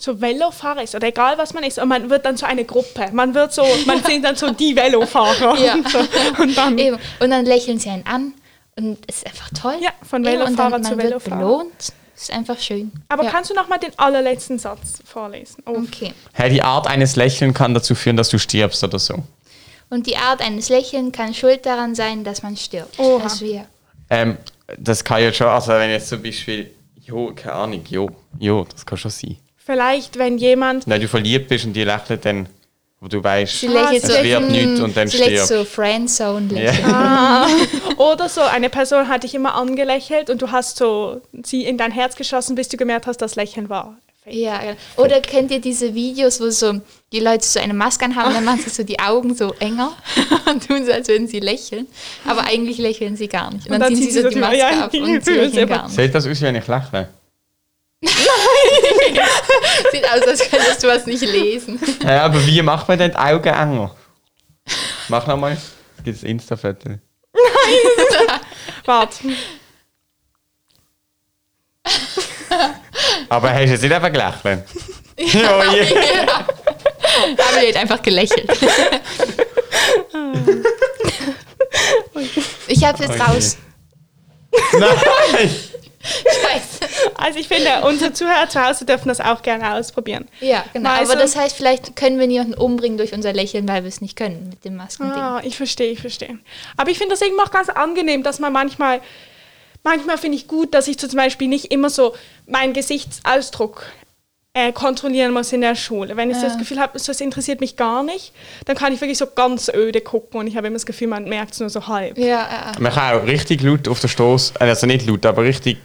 Speaker 1: so Velofahrer ist oder egal was man ist und man wird dann so eine Gruppe. Man wird so, man sind dann so die Velofahrer
Speaker 2: Ja.
Speaker 1: und, so. und dann
Speaker 2: Eben. Und dann lächeln sie einen an und es ist einfach toll.
Speaker 1: Ja, von
Speaker 2: Eben, und
Speaker 1: Velofahrer
Speaker 2: dann,
Speaker 1: zu
Speaker 2: man wird
Speaker 1: Velofahrer.
Speaker 2: belohnt. Es ist einfach schön.
Speaker 1: Aber
Speaker 2: ja.
Speaker 1: kannst du noch mal den allerletzten Satz vorlesen? Oh,
Speaker 2: Okay.
Speaker 3: Hey, die Art eines Lächeln kann dazu führen, dass du stirbst oder so.
Speaker 2: Und die Art eines Lächeln kann schuld daran sein, dass man stirbt.
Speaker 1: Oha.
Speaker 2: Dass wir
Speaker 3: Ähm, das kann ja schon, also wenn jetzt zum Beispiel, jo, keine Ahnung, jo, jo, das kann schon sein.
Speaker 1: Vielleicht, wenn jemand
Speaker 3: Wenn du verliebt bist und die lächeln, dann, wo du weißt,
Speaker 2: sie lächelt
Speaker 1: es
Speaker 2: so,
Speaker 3: wird
Speaker 2: hm,
Speaker 3: nichts und dann
Speaker 2: sie lächelt
Speaker 3: stirbst.
Speaker 2: so Friendzone lächeln.
Speaker 1: oder so eine Person hat dich immer angelächelt und du hast so sie in dein Herz geschossen, bis du gemerkt hast, dass Lächeln war.
Speaker 2: Ja. ja. Oder kennt ihr diese Videos, wo so die Leute so eine Maske anhaben, dann machen sie so die Augen so enger und tun so, als würden sie lächeln. Aber eigentlich lächeln sie gar nicht. Und dann, ziehen sie so die Maske
Speaker 1: ja,
Speaker 2: ab
Speaker 1: ich
Speaker 2: und sie
Speaker 1: fühle es
Speaker 2: lächeln
Speaker 1: immer.
Speaker 2: gar nicht.
Speaker 3: sieht das aus, wenn ich lächle?
Speaker 2: Sieht aus, als könntest du was nicht lesen.
Speaker 3: Hä, aber wie macht man denn die Augen enger? Mach nochmal. Es gibt ein Insta-Foto.
Speaker 1: Warte.
Speaker 3: Aber hast du jetzt nicht einfach gelächelt? ja, ja.
Speaker 2: Aber er hat einfach gelächelt. ich habe jetzt
Speaker 3: Okay.
Speaker 2: raus.
Speaker 3: Nein!
Speaker 2: Scheiße.
Speaker 1: Also ich finde, unsere Zuhörer zu Hause dürfen das auch gerne ausprobieren.
Speaker 2: Ja, genau.
Speaker 1: Also-
Speaker 2: Aber das heißt, vielleicht können wir niemanden umbringen durch unser Lächeln, weil wir es nicht können mit dem Maskending.
Speaker 1: Ah, ich verstehe, ich verstehe. Aber ich finde das irgendwie auch ganz angenehm, dass man manchmal, manchmal finde ich gut, dass ich so zum Beispiel nicht immer so meinen Gesichtsausdruck äh, kontrollieren muss in der Schule. Wenn ich so das Gefühl habe, so, es interessiert mich gar nicht, dann kann ich wirklich so ganz öde gucken und ich habe immer das Gefühl, man merkt es nur so halb.
Speaker 2: Ja, ja. äh,
Speaker 3: Man kann auch richtig laut auf der Stoß, also nicht laut, aber richtig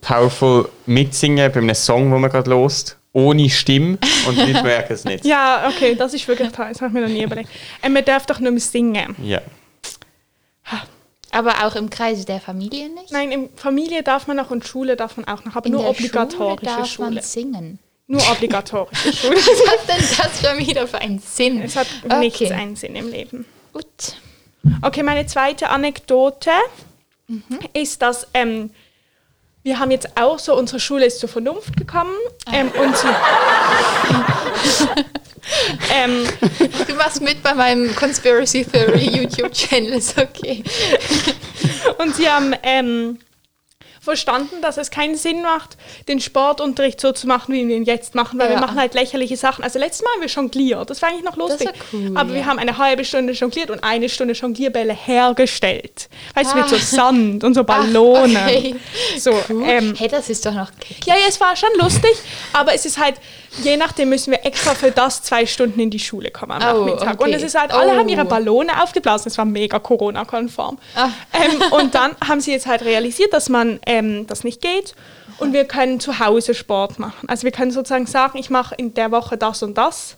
Speaker 3: powerful mitsingen bei einem Song, den man gerade lost, ohne Stimme und die Leute merken es nicht.
Speaker 1: Ja, okay, das ist wirklich toll, das habe ich mir noch nie überlegt. Und man darf doch nur mehr singen.
Speaker 3: Ja.
Speaker 2: Aber auch im Kreise der Familie nicht.
Speaker 1: Nein, in Familie darf man noch und Schule darf man auch noch, aber
Speaker 2: In
Speaker 1: nur
Speaker 2: der
Speaker 1: obligatorische
Speaker 2: Schule darf
Speaker 1: Schule.
Speaker 2: man singen.
Speaker 1: Nur obligatorische Schule.
Speaker 2: Was hat denn das schon wieder für einen Sinn?
Speaker 1: Es hat nichts einen Sinn im Leben.
Speaker 2: Gut.
Speaker 1: Okay, meine zweite Anekdote
Speaker 2: Mhm.
Speaker 1: ist, dass ähm, wir haben jetzt auch so, unsere Schule ist zur Vernunft gekommen ähm, und sie, ähm,
Speaker 2: Du machst mit bei meinem Conspiracy Theory YouTube-Channel, ist okay.
Speaker 1: und sie haben ähm, verstanden, dass es keinen Sinn macht, den Sportunterricht so zu machen, wie wir ihn jetzt machen, weil wir
Speaker 2: Ja.
Speaker 1: machen halt lächerliche Sachen. Also letztes Mal haben wir jongliert, das war eigentlich noch lustig.
Speaker 2: war cool,
Speaker 1: Aber wir
Speaker 2: ja.
Speaker 1: haben eine halbe Stunde jongliert und eine Stunde Jonglierbälle hergestellt. Weißt du, mit so
Speaker 2: Ah.
Speaker 1: Sand und so
Speaker 2: Ach,
Speaker 1: Ballonen.
Speaker 2: okay.
Speaker 1: So,
Speaker 2: Cool.
Speaker 1: ähm,
Speaker 2: hey, das ist doch noch kick.
Speaker 1: Ja, ja, es war schon lustig, aber es ist halt, je nachdem müssen wir extra für das zwei Stunden in die Schule kommen am
Speaker 2: Oh,
Speaker 1: Nachmittag.
Speaker 2: okay.
Speaker 1: Und es ist halt, alle
Speaker 2: Oh.
Speaker 1: haben ihre Ballone aufgeblasen, es war mega Corona-konform. Ähm, und dann haben sie jetzt halt realisiert, dass man ähm, das nicht geht und wir können zu Hause Sport machen. Also wir können sozusagen sagen, ich mache in der Woche das und das,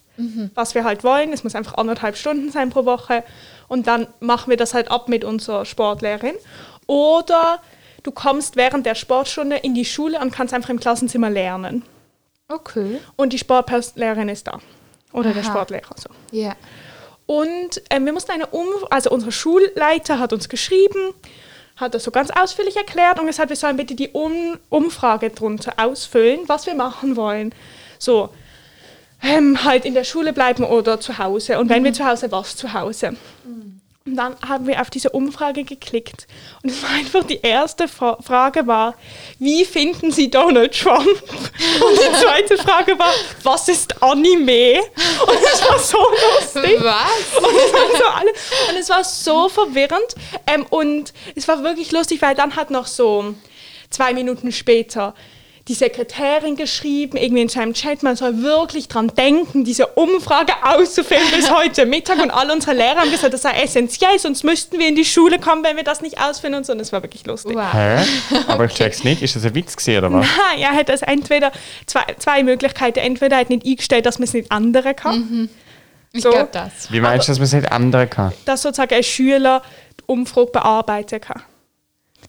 Speaker 1: was wir halt wollen. Es muss einfach anderthalb Stunden sein pro Woche und dann machen wir das halt ab mit unserer Sportlehrerin. Oder du kommst während der Sportstunde in die Schule und kannst einfach im Klassenzimmer lernen.
Speaker 2: Okay.
Speaker 1: Und die Sportlehrerin ist da. Oder der
Speaker 2: Aha.
Speaker 1: Sportlehrer. So.
Speaker 2: Ja.
Speaker 1: Und ähm, wir mussten eine Umfrage, also unser Schulleiter hat uns geschrieben, hat das so ganz ausführlich erklärt und gesagt, wir sollen bitte die um Umfrage drunter ausfüllen, was wir machen wollen. So, ähm, halt in der Schule bleiben oder zu Hause. Und wenn wir zu Hause, was zu Hause. Und dann haben wir auf diese Umfrage geklickt. Und es war einfach die erste Fra Frage war, wie finden Sie Donald Trump? Und die zweite Frage war, was ist Anime? Und es war so lustig.
Speaker 2: Was?
Speaker 1: Und es, waren so alle, und es war so verwirrend. Ähm, und es war wirklich lustig, weil dann hat noch so zwei Minuten später die Sekretärin geschrieben, irgendwie in seinem Chat, man soll wirklich dran denken, diese Umfrage auszufüllen bis heute Mittag. Und alle unsere Lehrer haben gesagt, das sei essentiell, sonst müssten wir in die Schule kommen, wenn wir das nicht ausfinden. Und so. Und es war wirklich lustig.
Speaker 2: Wow.
Speaker 3: Hä? Aber ich check's nicht. Ist das ein Witz gewesen, oder was?
Speaker 1: Nein, er hat es entweder zwei, zwei Möglichkeiten. Entweder er hat nicht eingestellt, dass man es nicht anderen kann.
Speaker 2: Ich
Speaker 1: So.
Speaker 2: glaube das.
Speaker 3: Wie meinst du, dass man es nicht ändern kann?
Speaker 1: dass sozusagen ein Schüler die Umfrage bearbeiten kann.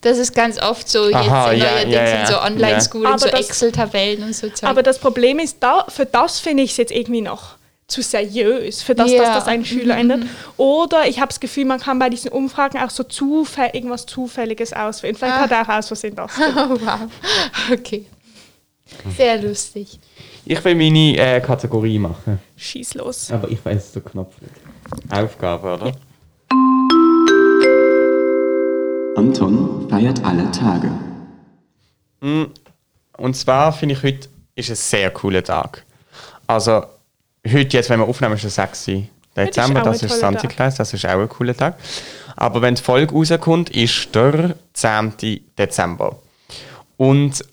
Speaker 2: Das ist ganz oft so jetzt
Speaker 3: Aha,
Speaker 2: in
Speaker 3: ja,
Speaker 2: neuerdings
Speaker 3: ja, ja.
Speaker 2: in so Online-Schooling,
Speaker 1: Ja.
Speaker 2: so
Speaker 1: Aber das-
Speaker 2: Excel-Tabellen und so Zeug.
Speaker 1: Aber das Problem ist, da, für das finde ich es jetzt irgendwie noch zu seriös, für das,
Speaker 2: Ja. Mhm.
Speaker 1: dass das ein Schüler ändert. Oder ich habe das Gefühl, man kann bei diesen Umfragen auch so zufäll irgendwas Zufälliges auswählen.
Speaker 2: Ah.
Speaker 1: Vielleicht hat er auch aus Versehen das.
Speaker 2: oh, wow. Okay. Sehr lustig.
Speaker 3: Ich will meine äh, Kategorie machen.
Speaker 1: Schieß los.
Speaker 3: Aber ich weiß den Knopf nicht. Aufgabe, oder?
Speaker 4: Anton feiert alle Tage.
Speaker 3: Und zwar finde ich, heute ist ein sehr cooler Tag. Also, heute, jetzt, wenn wir aufnehmen, ist der 6. Dezember,
Speaker 1: auch
Speaker 3: das
Speaker 1: ein
Speaker 3: ist
Speaker 1: toller
Speaker 3: Santikleis, das ist auch ein cooler Tag. Aber wenn die Folge rauskommt, ist der 10. Dezember. Und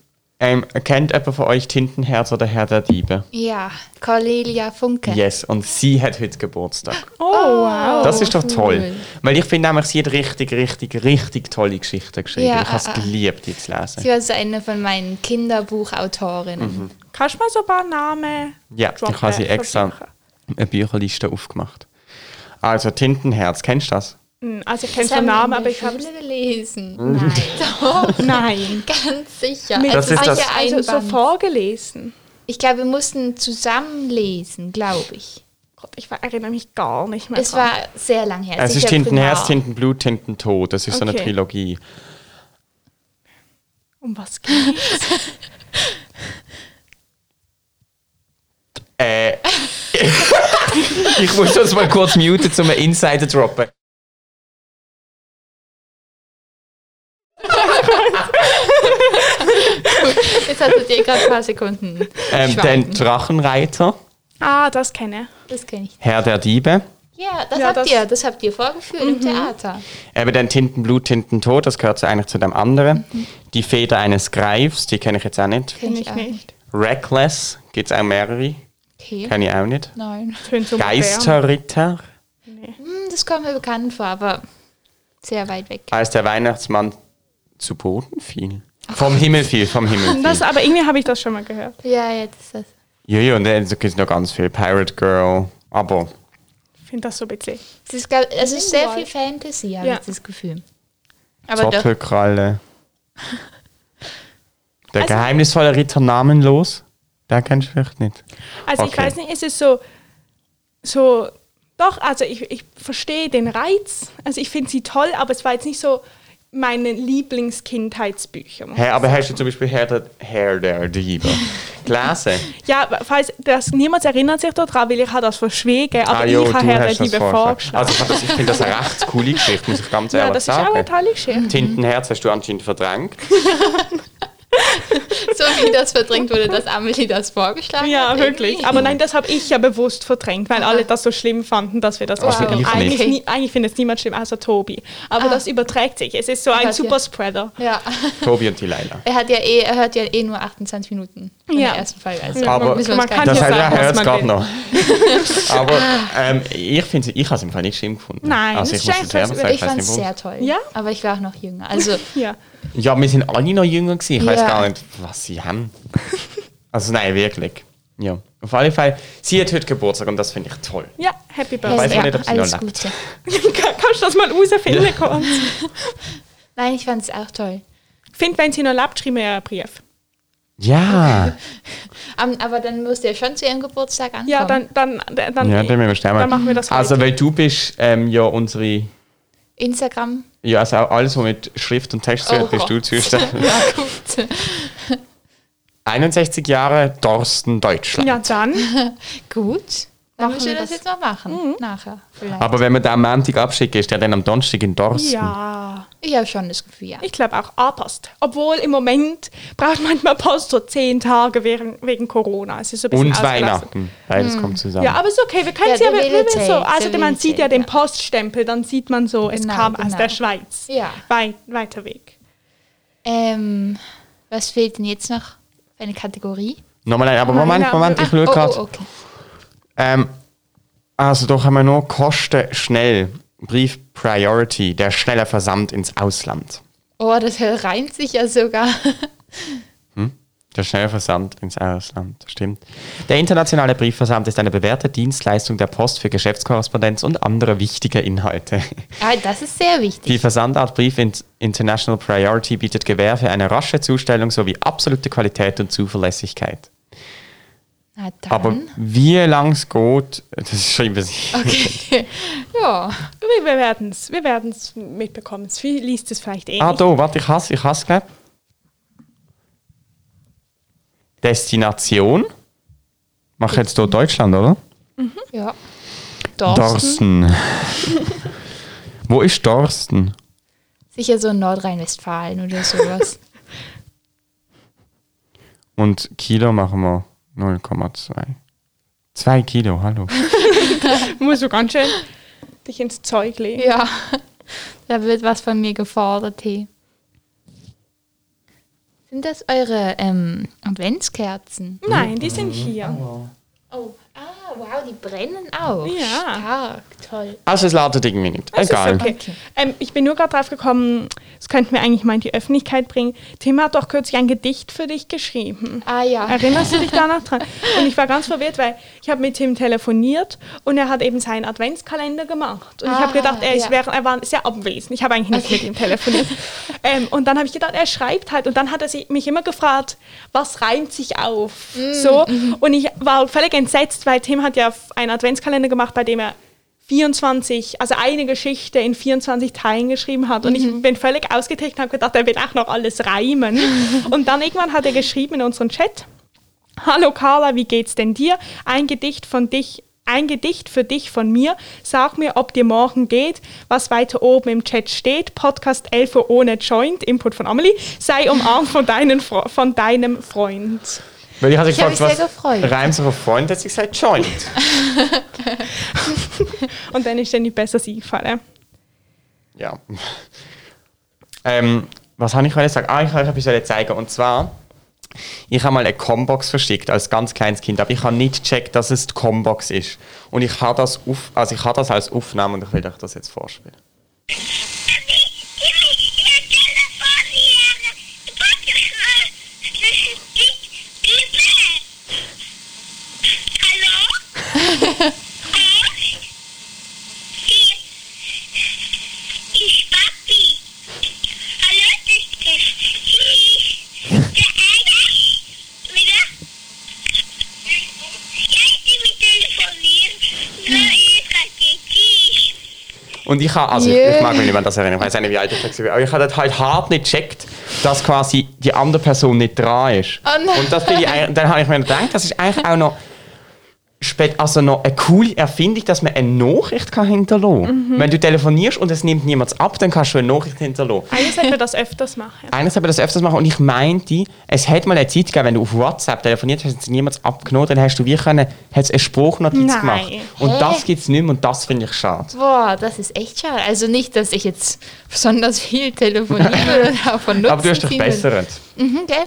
Speaker 3: ähm, kennt jemand von euch Tintenherz oder Herr der Diebe?
Speaker 2: Ja, Cornelia Funke.
Speaker 3: Yes, und sie hat heute Geburtstag.
Speaker 1: Oh, wow.
Speaker 3: Das ist doch toll.
Speaker 2: cool.
Speaker 3: Weil ich finde nämlich, sie hat richtig, richtig, richtig tolle Geschichten geschrieben.
Speaker 2: Ja,
Speaker 3: ich habe
Speaker 2: ah,
Speaker 3: es
Speaker 2: ah.
Speaker 3: geliebt, die zu lesen.
Speaker 2: Sie war so eine von meinen Kinderbuchautorinnen.
Speaker 3: Mhm.
Speaker 1: Kannst du mal so ein paar Namen
Speaker 3: Ja,
Speaker 1: droppen, äh,
Speaker 3: ich habe sie extra
Speaker 1: versuchen?
Speaker 3: eine Bücherliste aufgemacht. Also Tintenherz, kennst du das?
Speaker 1: Hm, Also ich kenne schon
Speaker 2: Das haben wir in
Speaker 1: Namen,
Speaker 2: der
Speaker 1: aber ich habe
Speaker 2: Schule gelesen. Nein,
Speaker 1: Nein.
Speaker 2: ganz sicher.
Speaker 1: Mit-
Speaker 3: Mhm. Das ist
Speaker 2: sicher
Speaker 3: das-
Speaker 2: ein
Speaker 1: also so
Speaker 2: Band.
Speaker 1: vorgelesen.
Speaker 2: Ich glaube, wir mussten zusammen lesen, glaube ich.
Speaker 1: Gott, ich erinnere mich gar nicht mehr
Speaker 2: Es
Speaker 1: dran.
Speaker 2: war sehr lang her.
Speaker 3: es ist
Speaker 2: sicher
Speaker 3: Tintenherz,
Speaker 2: Primar.
Speaker 3: Tintenblut, Tintentod. Das ist so eine
Speaker 1: Okay.
Speaker 3: Trilogie.
Speaker 1: Um was geht's?
Speaker 3: Äh, ich muss das mal kurz muten, um einen Insider zu droppen.
Speaker 2: Jetzt hattet ihr gerade ein paar Sekunden.
Speaker 3: Ähm,
Speaker 2: Schwanken.
Speaker 3: dann Drachenreiter,
Speaker 1: Ah, das kenne
Speaker 2: Das kenne ich.
Speaker 3: Herr der Diebe.
Speaker 2: Ja, das Mhm.
Speaker 1: Ja,
Speaker 2: habt
Speaker 1: das-
Speaker 2: ihr. Das habt ihr vorgeführt im Theater.
Speaker 3: Eben dann Tintenblut, Tintentod, das gehört so eigentlich zu dem anderen. Die Feder eines Greifs, die kenne ich jetzt auch nicht.
Speaker 1: ich.
Speaker 2: Kenn
Speaker 1: Nicht,
Speaker 2: auch
Speaker 1: nicht.
Speaker 3: Reckless, gibt es auch mehrere,
Speaker 2: Okay.
Speaker 3: kenne ich auch nicht.
Speaker 2: Nein.
Speaker 1: Tönt so modern.
Speaker 3: Geisterritter,
Speaker 2: Hm, Das kommt mir bekannt vor, aber sehr weit weg.
Speaker 3: als der Weihnachtsmann zu Boden fiel. Vom Himmel fiel, vom Himmel fiel.
Speaker 1: Das, aber irgendwie habe ich das schon mal gehört.
Speaker 2: Ja, jetzt ist das.
Speaker 3: Ja, ja, und dann gibt es noch ganz viel. Pirate Girl. Aber
Speaker 1: Ich finde das so witzig.
Speaker 2: Es ist, glaub, es ist sehr viel
Speaker 1: Lindenwald.
Speaker 2: Fantasy, habe
Speaker 1: Ja.
Speaker 2: ich das Gefühl. Aber doch,
Speaker 3: Zoppelkralle. Der
Speaker 1: Also-
Speaker 3: geheimnisvolle Ritter namenlos. Den kennst du vielleicht nicht.
Speaker 1: Also ich
Speaker 3: Okay.
Speaker 1: weiß nicht, ist es so, so, doch, also ich, ich verstehe den Reiz. Also ich finde sie toll, aber es war jetzt nicht so meine Lieblingskindheitsbücher.
Speaker 3: Hä, aber hast du zum Beispiel Herr der, Herr der Diebe gelesen?
Speaker 1: Ja, falls das, niemand erinnert sich daran, weil ich habe das verschwiegen, aber
Speaker 3: jo,
Speaker 1: ich
Speaker 3: Ah, du
Speaker 1: habe Herr der
Speaker 3: hast das
Speaker 1: Liebe vorgeschlagen.
Speaker 3: vorgeschlagen. Also ich, hab das- ich finde das eine recht coole Geschichte, muss ich ganz
Speaker 1: ja,
Speaker 3: ehrlich
Speaker 1: das ist auch
Speaker 3: sagen.
Speaker 1: eine tolle Geschichte.
Speaker 3: Mhm. Tintenherz hast du anscheinend verdrängt.
Speaker 2: so wie das verdrängt wurde, dass Amelie das vorgeschlagen
Speaker 1: Ja,
Speaker 2: hat.
Speaker 1: wirklich.
Speaker 2: Aber
Speaker 1: Aber nein, das habe ich ja bewusst verdrängt, weil alle das so schlimm fanden, dass wir das
Speaker 3: Also
Speaker 1: machen.
Speaker 3: ich nicht.
Speaker 1: Eigentlich,
Speaker 2: Okay.
Speaker 1: nie- eigentlich findet es niemand schlimm, außer Tobi. Aber das überträgt sich. Es ist so ein
Speaker 2: weiß, ja.
Speaker 1: Superspreader.
Speaker 2: ja.
Speaker 3: Tobi und die Leila.
Speaker 2: Er, hat ja eh, er hört ja eh nur 28 Minuten in
Speaker 1: Ja.
Speaker 2: der ersten Folge. Also
Speaker 1: Ja,
Speaker 3: Aber-
Speaker 2: müssen wir uns
Speaker 1: man
Speaker 2: gar
Speaker 1: kann
Speaker 2: nicht-
Speaker 3: Das
Speaker 1: ja
Speaker 3: hat
Speaker 1: sagen,
Speaker 3: ja
Speaker 1: was
Speaker 3: hört
Speaker 1: man
Speaker 3: gerade
Speaker 1: will.
Speaker 3: noch. Aber ähm, ich finde, ich habe es im Fall nicht schlimm gefunden.
Speaker 1: Nein,
Speaker 3: also
Speaker 1: das
Speaker 3: ich muss
Speaker 1: ist
Speaker 3: es ehrlich
Speaker 1: eigentlich-
Speaker 3: sagen,
Speaker 2: ich
Speaker 3: weiss
Speaker 2: fand
Speaker 3: nicht,
Speaker 2: es
Speaker 3: warum.
Speaker 2: sehr toll.
Speaker 1: Ja?
Speaker 2: Aber ich war auch noch jünger. Also,
Speaker 1: Ja.
Speaker 3: Ja, wir sind alle noch jünger gewesen. Ich weiß
Speaker 2: Ja.
Speaker 3: gar nicht, was sie haben. Also nein, wirklich. Ja. Auf alle Fall, sie hat heute Geburtstag und das finde ich toll.
Speaker 1: ja, happy
Speaker 3: weiß
Speaker 1: birthday.
Speaker 3: ich nicht, ob sie noch
Speaker 2: alles
Speaker 3: lebt.
Speaker 2: Gute.
Speaker 1: Kann- Kannst du das mal rausfinden,
Speaker 3: Ja.
Speaker 1: Konz?
Speaker 2: Nein, ich fand es auch toll.
Speaker 1: Find, wenn sie noch lebt, schreib mir einen Brief.
Speaker 3: Ja.
Speaker 2: Am- Ähm, Aber dann musst du ja schon zu ihrem Geburtstag ankommen.
Speaker 1: Ja, dann, dann, dann, dann,
Speaker 3: Ja, dann müssen wir schnell mal.
Speaker 1: Dann machen wir das
Speaker 3: Also,
Speaker 1: heute.
Speaker 3: weil du bist ähm, ja unsere.
Speaker 2: Instagram.
Speaker 3: Ja, also auch alles, was mit Schrift und Text zu tun hat,
Speaker 2: Oh
Speaker 3: bist du
Speaker 2: Gott.
Speaker 3: zuständig.
Speaker 2: Ja, gut.
Speaker 3: 61 Jahre Thorsten Deutschland.
Speaker 1: Ja, dann.
Speaker 2: gut. Dann
Speaker 1: Machen
Speaker 2: müssen wir
Speaker 1: wir das.
Speaker 2: das
Speaker 1: Mhm.
Speaker 2: jetzt mal machen. Nachher. Vielleicht.
Speaker 3: Aber wenn wir den am Montag abschicken, ist der dann am Donnerstag in Thorsten.
Speaker 1: Ja,
Speaker 2: ich habe schon das Gefühl, ja.
Speaker 1: ich glaube auch A-Post. Obwohl im Moment braucht manchmal Post so zehn Tage wegen, wegen Corona. Es ist so ein bisschen
Speaker 3: Und
Speaker 1: ausgelastet.
Speaker 3: Weihnachten. Beides kommt zusammen.
Speaker 1: Ja, aber ist okay, wir können
Speaker 2: Ja,
Speaker 1: es ja,
Speaker 2: der
Speaker 1: wir- wir- wir
Speaker 2: Wählerzähl-
Speaker 1: so.
Speaker 2: der
Speaker 1: Also man sieht ja
Speaker 2: Wählerzähl,
Speaker 1: den
Speaker 2: ja.
Speaker 1: Poststempel, dann sieht man so, es
Speaker 2: Genau,
Speaker 1: kam aus
Speaker 2: genau.
Speaker 1: der Schweiz.
Speaker 2: Ja.
Speaker 1: Wei weiter Weg.
Speaker 2: Ähm, was fehlt denn jetzt noch? Eine Kategorie?
Speaker 3: Nochmal ein, aber
Speaker 1: Nein,
Speaker 3: Moment,
Speaker 1: aber-
Speaker 3: Moment, ich
Speaker 1: Ach,
Speaker 3: schaue
Speaker 2: oh,
Speaker 3: gerade.
Speaker 2: oh, okay.
Speaker 3: Ähm, also da haben wir noch Kosten schnell. Brief Priority, der schnelle Versand ins Ausland.
Speaker 2: Oh, das reimt sich ja sogar.
Speaker 3: Der schnelle Versand ins Ausland, das stimmt. Der internationale Briefversand ist eine bewährte Dienstleistung der Post für Geschäftskorrespondenz und andere wichtige Inhalte.
Speaker 2: Ah, das ist sehr wichtig.
Speaker 3: Die Versandart Brief in International Priority bietet Gewähr für eine rasche Zustellung sowie absolute Qualität und Zuverlässigkeit.
Speaker 2: Na dann.
Speaker 3: Aber wie lang es geht, das schreiben wir sich.
Speaker 2: okay. ja.
Speaker 1: Wir, wir werden es wir werden's mitbekommen. Sie liest es vielleicht eh
Speaker 3: Ah,
Speaker 1: nicht.
Speaker 3: da, warte, ich hasse, ich hasse, glaube Destination. Mach jetzt hier Deutschland, oder?
Speaker 2: Ja. Dorsten.
Speaker 3: Dorsten. Wo ist Dorsten?
Speaker 2: Sicher so in Nordrhein-Westfalen oder sowas.
Speaker 3: Und Kilo machen wir 0,2. 2 Kilo, hallo.
Speaker 1: Musst du ganz schön dich ins Zeug legen.
Speaker 2: ja. Da wird was von mir gefordert, hey. Sind das eure ähm, Adventskerzen?
Speaker 1: Nein, die
Speaker 3: Mhm.
Speaker 1: sind hier.
Speaker 2: Oh, ah, wow, die brennen auch.
Speaker 1: Ja.
Speaker 2: Stark, toll.
Speaker 3: Also es lautet irgendwie nicht.
Speaker 1: Das Also, ist
Speaker 3: Egal.
Speaker 1: okay.
Speaker 2: Okay.
Speaker 1: Ähm, ich bin nur gerade drauf gekommen, das könnten wir eigentlich mal in die Öffentlichkeit bringen. Tim hat doch kürzlich ein Gedicht für dich geschrieben.
Speaker 2: Ah ja.
Speaker 1: Erinnerst du dich da noch dran? Und ich war ganz verwirrt, weil ich habe mit Tim telefoniert und er hat eben seinen Adventskalender gemacht. Und ich
Speaker 2: Ah,
Speaker 1: habe gedacht, er, ist
Speaker 2: ja.
Speaker 1: während- er war sehr abwesend. Ich habe eigentlich nicht mit ihm telefoniert. ähm, und dann habe ich gedacht, er schreibt halt. Und dann hat er sich, mich immer gefragt, was reimt sich auf?
Speaker 2: Mm,
Speaker 1: so.
Speaker 2: mhm.
Speaker 1: Und ich war völlig entsetzt, weil Tim hat ja einen Adventskalender gemacht, bei dem er 24, also eine Geschichte in 24 Teilen geschrieben hat. Und
Speaker 2: Mhm.
Speaker 1: ich bin völlig ausgetickt und habe gedacht, er will auch noch alles reimen. und dann irgendwann hat er geschrieben in unseren Chat, Hallo Carla, wie geht's denn dir? Ein Gedicht von dich, ein Gedicht für dich von mir. Sag mir, ob dir morgen geht, was weiter oben im Chat steht. Podcast 11 Uhr ohne Joint, Input von Amelie. Sei umarmt von, deinen, Fre- von deinem Freund.
Speaker 3: Weil ich hatte
Speaker 2: Ich hab
Speaker 3: gefragt,
Speaker 2: mich sehr
Speaker 3: was
Speaker 2: gefreut.
Speaker 3: reimt sich auf Freund, hat sie gesagt Joint.
Speaker 1: Und dann ist dir nicht besser eingefallen.
Speaker 3: ja. Ähm, was habe ich heute sagen? Ah, ich wollte euch etwas wollte zeigen. Und zwar, ich habe mal eine Combox verschickt als ganz kleines Kind, aber ich habe nicht gecheckt, dass es die Combox ist. Und ich habe das, auf, also ich habe das als Aufnahme und ich will euch das jetzt vorspielen.
Speaker 5: Ich
Speaker 3: Und ich habe, also ich,
Speaker 2: Yeah.
Speaker 3: ich mag mich nicht mehr an das erinnern, ich weiß auch nicht, wie alt ich das war, aber ich habe das halt hart nicht gecheckt, dass quasi die andere Person nicht dran ist.
Speaker 2: Oh nein.
Speaker 3: Und das bin ich, eigentlich- dann habe ich mir gedacht, das ist eigentlich auch noch, spät, also noch eine coole Erfindung, dass man eine Nachricht kann hinterlassen
Speaker 2: Mhm.
Speaker 3: kann. Wenn du telefonierst und es nimmt niemand ab, dann kannst du eine Nachricht hinterlassen.
Speaker 1: Eigentlich sollten wir das öfters machen.
Speaker 3: Eines habe ich das öfters machen und ich meinte, es hätte mal eine Zeit gegeben, wenn du auf WhatsApp telefoniert hast, hat es niemand abgenommen, dann hast du wie können, hat es eine Spruchnotiz
Speaker 1: Nein.
Speaker 3: gemacht. Und
Speaker 2: Hä?
Speaker 3: das gibt es nicht mehr und das finde ich schade.
Speaker 2: Boah, das ist echt schade. Also nicht, dass ich jetzt besonders viel telefoniere oder davon nutze.
Speaker 3: Aber du hast dich besseren.
Speaker 2: Mhm, gell?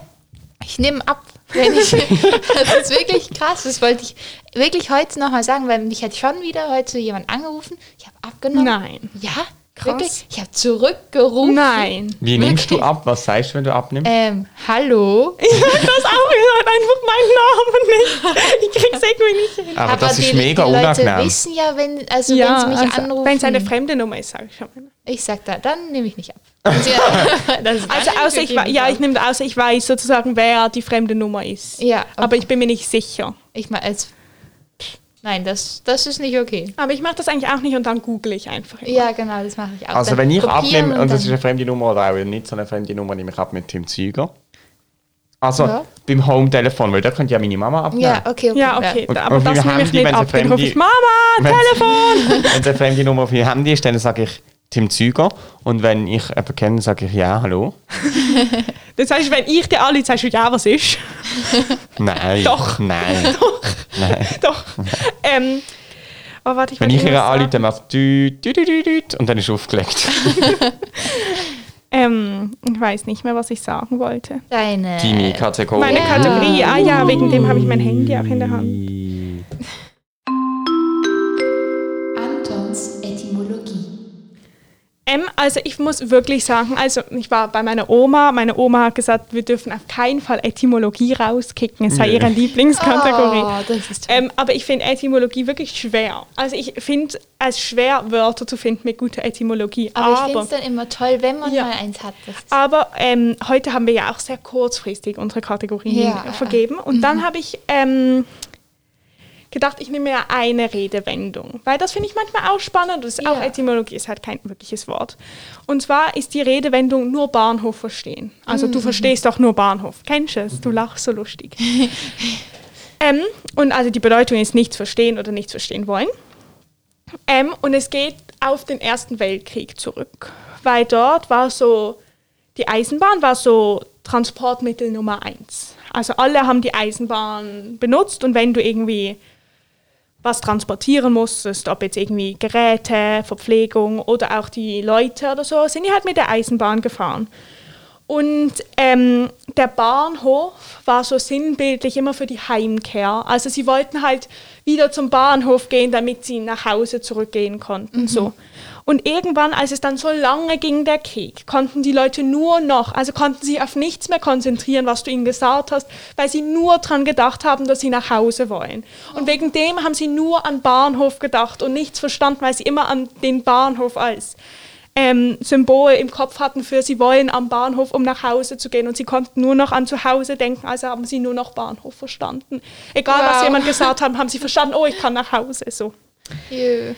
Speaker 2: Ich nehme ab. Wenn ich, das ist wirklich krass. Das wollte ich wirklich heute nochmal sagen, weil mich hat schon wieder heute jemand angerufen. Ich habe abgenommen.
Speaker 1: Nein.
Speaker 2: Ja,
Speaker 1: Krass.
Speaker 2: wirklich. Ich habe zurückgerufen.
Speaker 1: Nein.
Speaker 3: Wie nimmst du
Speaker 2: Wirklich?
Speaker 3: ab? Was sagst du, wenn du abnimmst?
Speaker 2: Ähm, hallo.
Speaker 1: Ich habe das auch gehört, einfach meinen Namen nicht. Ich krieg's irgendwie nicht hin.
Speaker 3: aber, das ist
Speaker 2: die,
Speaker 3: mega
Speaker 2: die Leute
Speaker 3: unangenehm.
Speaker 2: wissen ja, wenn, also wenn sie mich anrufen.
Speaker 1: wenn es eine fremde Nummer ist, sage ich schon mal.
Speaker 2: ich sag da, dann nehme ich nicht ab. Ja, das ist
Speaker 1: Also außer ich, wei- ja, ich nehme außer ich weiß sozusagen, wer die fremde Nummer ist.
Speaker 2: Ja, okay.
Speaker 1: Aber ich bin mir nicht sicher.
Speaker 2: ich meine, als. Nein, das, das ist nicht okay.
Speaker 1: Aber ich mache das eigentlich auch nicht und dann google ich einfach. immer.
Speaker 2: Ja, genau, das mache ich auch.
Speaker 3: Also
Speaker 2: Dann
Speaker 3: wenn ich
Speaker 2: kopieren
Speaker 3: abnehme, und das ist
Speaker 2: dann-
Speaker 3: eine fremde Nummer oder auch nicht so eine fremde Nummer, nehme ich ab mit Tim Züger. Also
Speaker 2: Ja.
Speaker 3: beim Home-Telefon, weil da könnte ja meine Mama abnehmen.
Speaker 2: Ja, okay, okay.
Speaker 1: Ja, okay.
Speaker 3: Und-
Speaker 1: aber
Speaker 3: und
Speaker 1: das
Speaker 3: wir haben
Speaker 1: nehme ich
Speaker 3: die,
Speaker 1: nicht
Speaker 3: wenn sie
Speaker 1: ab. Dann rufe ich
Speaker 3: fremde-
Speaker 1: Mama,
Speaker 3: Wenn-
Speaker 1: Telefon!
Speaker 3: Wenn es eine fremde Nummer auf meinem Handy ist, dann sage ich Tim Züger. Und wenn ich jemanden kenne, sage ich ja, hallo.
Speaker 1: Das heißt, wenn ich dir alle sagst du ja, was ist?
Speaker 3: Nein.
Speaker 1: Doch.
Speaker 3: Nein. Nein.
Speaker 1: Doch. ähm, oh, warte, ich
Speaker 3: Wenn ich
Speaker 1: wollte
Speaker 3: ihr
Speaker 1: irgendwas
Speaker 3: anrufe,
Speaker 1: sagen.
Speaker 3: dann macht du, du, du, du, du, und dann ist aufgelegt.
Speaker 2: Äh,
Speaker 1: Ähm, ich weiß nicht mehr, was ich sagen wollte.
Speaker 2: Deine.
Speaker 3: Die meine Kategorie.
Speaker 1: Meine
Speaker 2: Ja.
Speaker 1: Kategorie, ah ja, wegen dem habe ich mein Handy auch in der Hand.
Speaker 5: Antons Etymologie.
Speaker 1: Ähm, also ich muss wirklich sagen, also ich war bei meiner Oma, meine Oma hat gesagt, wir dürfen auf keinen Fall Etymologie rauskicken, es sei ihre Lieblingskategorie.
Speaker 2: Oh, das ist toll.
Speaker 1: Ähm, aber ich finde Etymologie wirklich schwer. Also ich finde es schwer, Wörter zu finden mit guter Etymologie.
Speaker 2: aber, ich
Speaker 1: Aber,
Speaker 2: finde es dann immer toll, wenn man
Speaker 1: Ja.
Speaker 2: mal eins hat. Das ist
Speaker 1: aber, ähm, heute haben wir ja auch sehr kurzfristig unsere Kategorien
Speaker 2: Ja.
Speaker 1: vergeben. Und dann habe ich ähm, gedacht, ich nehme ja eine Redewendung. Weil das finde ich manchmal auch spannend. Das ist auch
Speaker 2: Ja.
Speaker 1: Etymologie ist halt kein wirkliches Wort. Und zwar ist die Redewendung nur Bahnhof verstehen. Also du verstehst doch nur Bahnhof. Kennst du es? Du lachst so lustig. Ähm, und also die Bedeutung ist nichts verstehen oder nichts verstehen wollen. Ähm, und es geht auf den Ersten Weltkrieg zurück, weil dort war so, die Eisenbahn war so Transportmittel Nummer eins. Also alle haben die Eisenbahn benutzt und wenn du irgendwie was transportieren musstest, ob jetzt irgendwie Geräte, Verpflegung oder auch die Leute oder so, sind die halt mit der Eisenbahn gefahren. Und ähm, der Bahnhof war so sinnbildlich immer für die Heimkehr. Also sie wollten halt wieder zum Bahnhof gehen, damit sie nach Hause zurückgehen konnten. So. Und irgendwann, als es dann so lange ging, der Krieg, konnten die Leute nur noch, also konnten sie auf nichts mehr konzentrieren, was du ihnen gesagt hast, weil sie nur dran gedacht haben, dass sie nach Hause wollen. Und wegen dem haben sie nur an Bahnhof gedacht und nichts verstanden, weil sie immer an den Bahnhof als ähm, Symbol im Kopf hatten für sie wollen am Bahnhof, um nach Hause zu gehen. Und sie konnten nur noch an zu Hause denken, also haben sie nur noch Bahnhof verstanden. Egal, was
Speaker 2: Wow.
Speaker 1: jemand gesagt hat, haben sie verstanden, oh, ich kann nach Hause. So.
Speaker 2: Jö.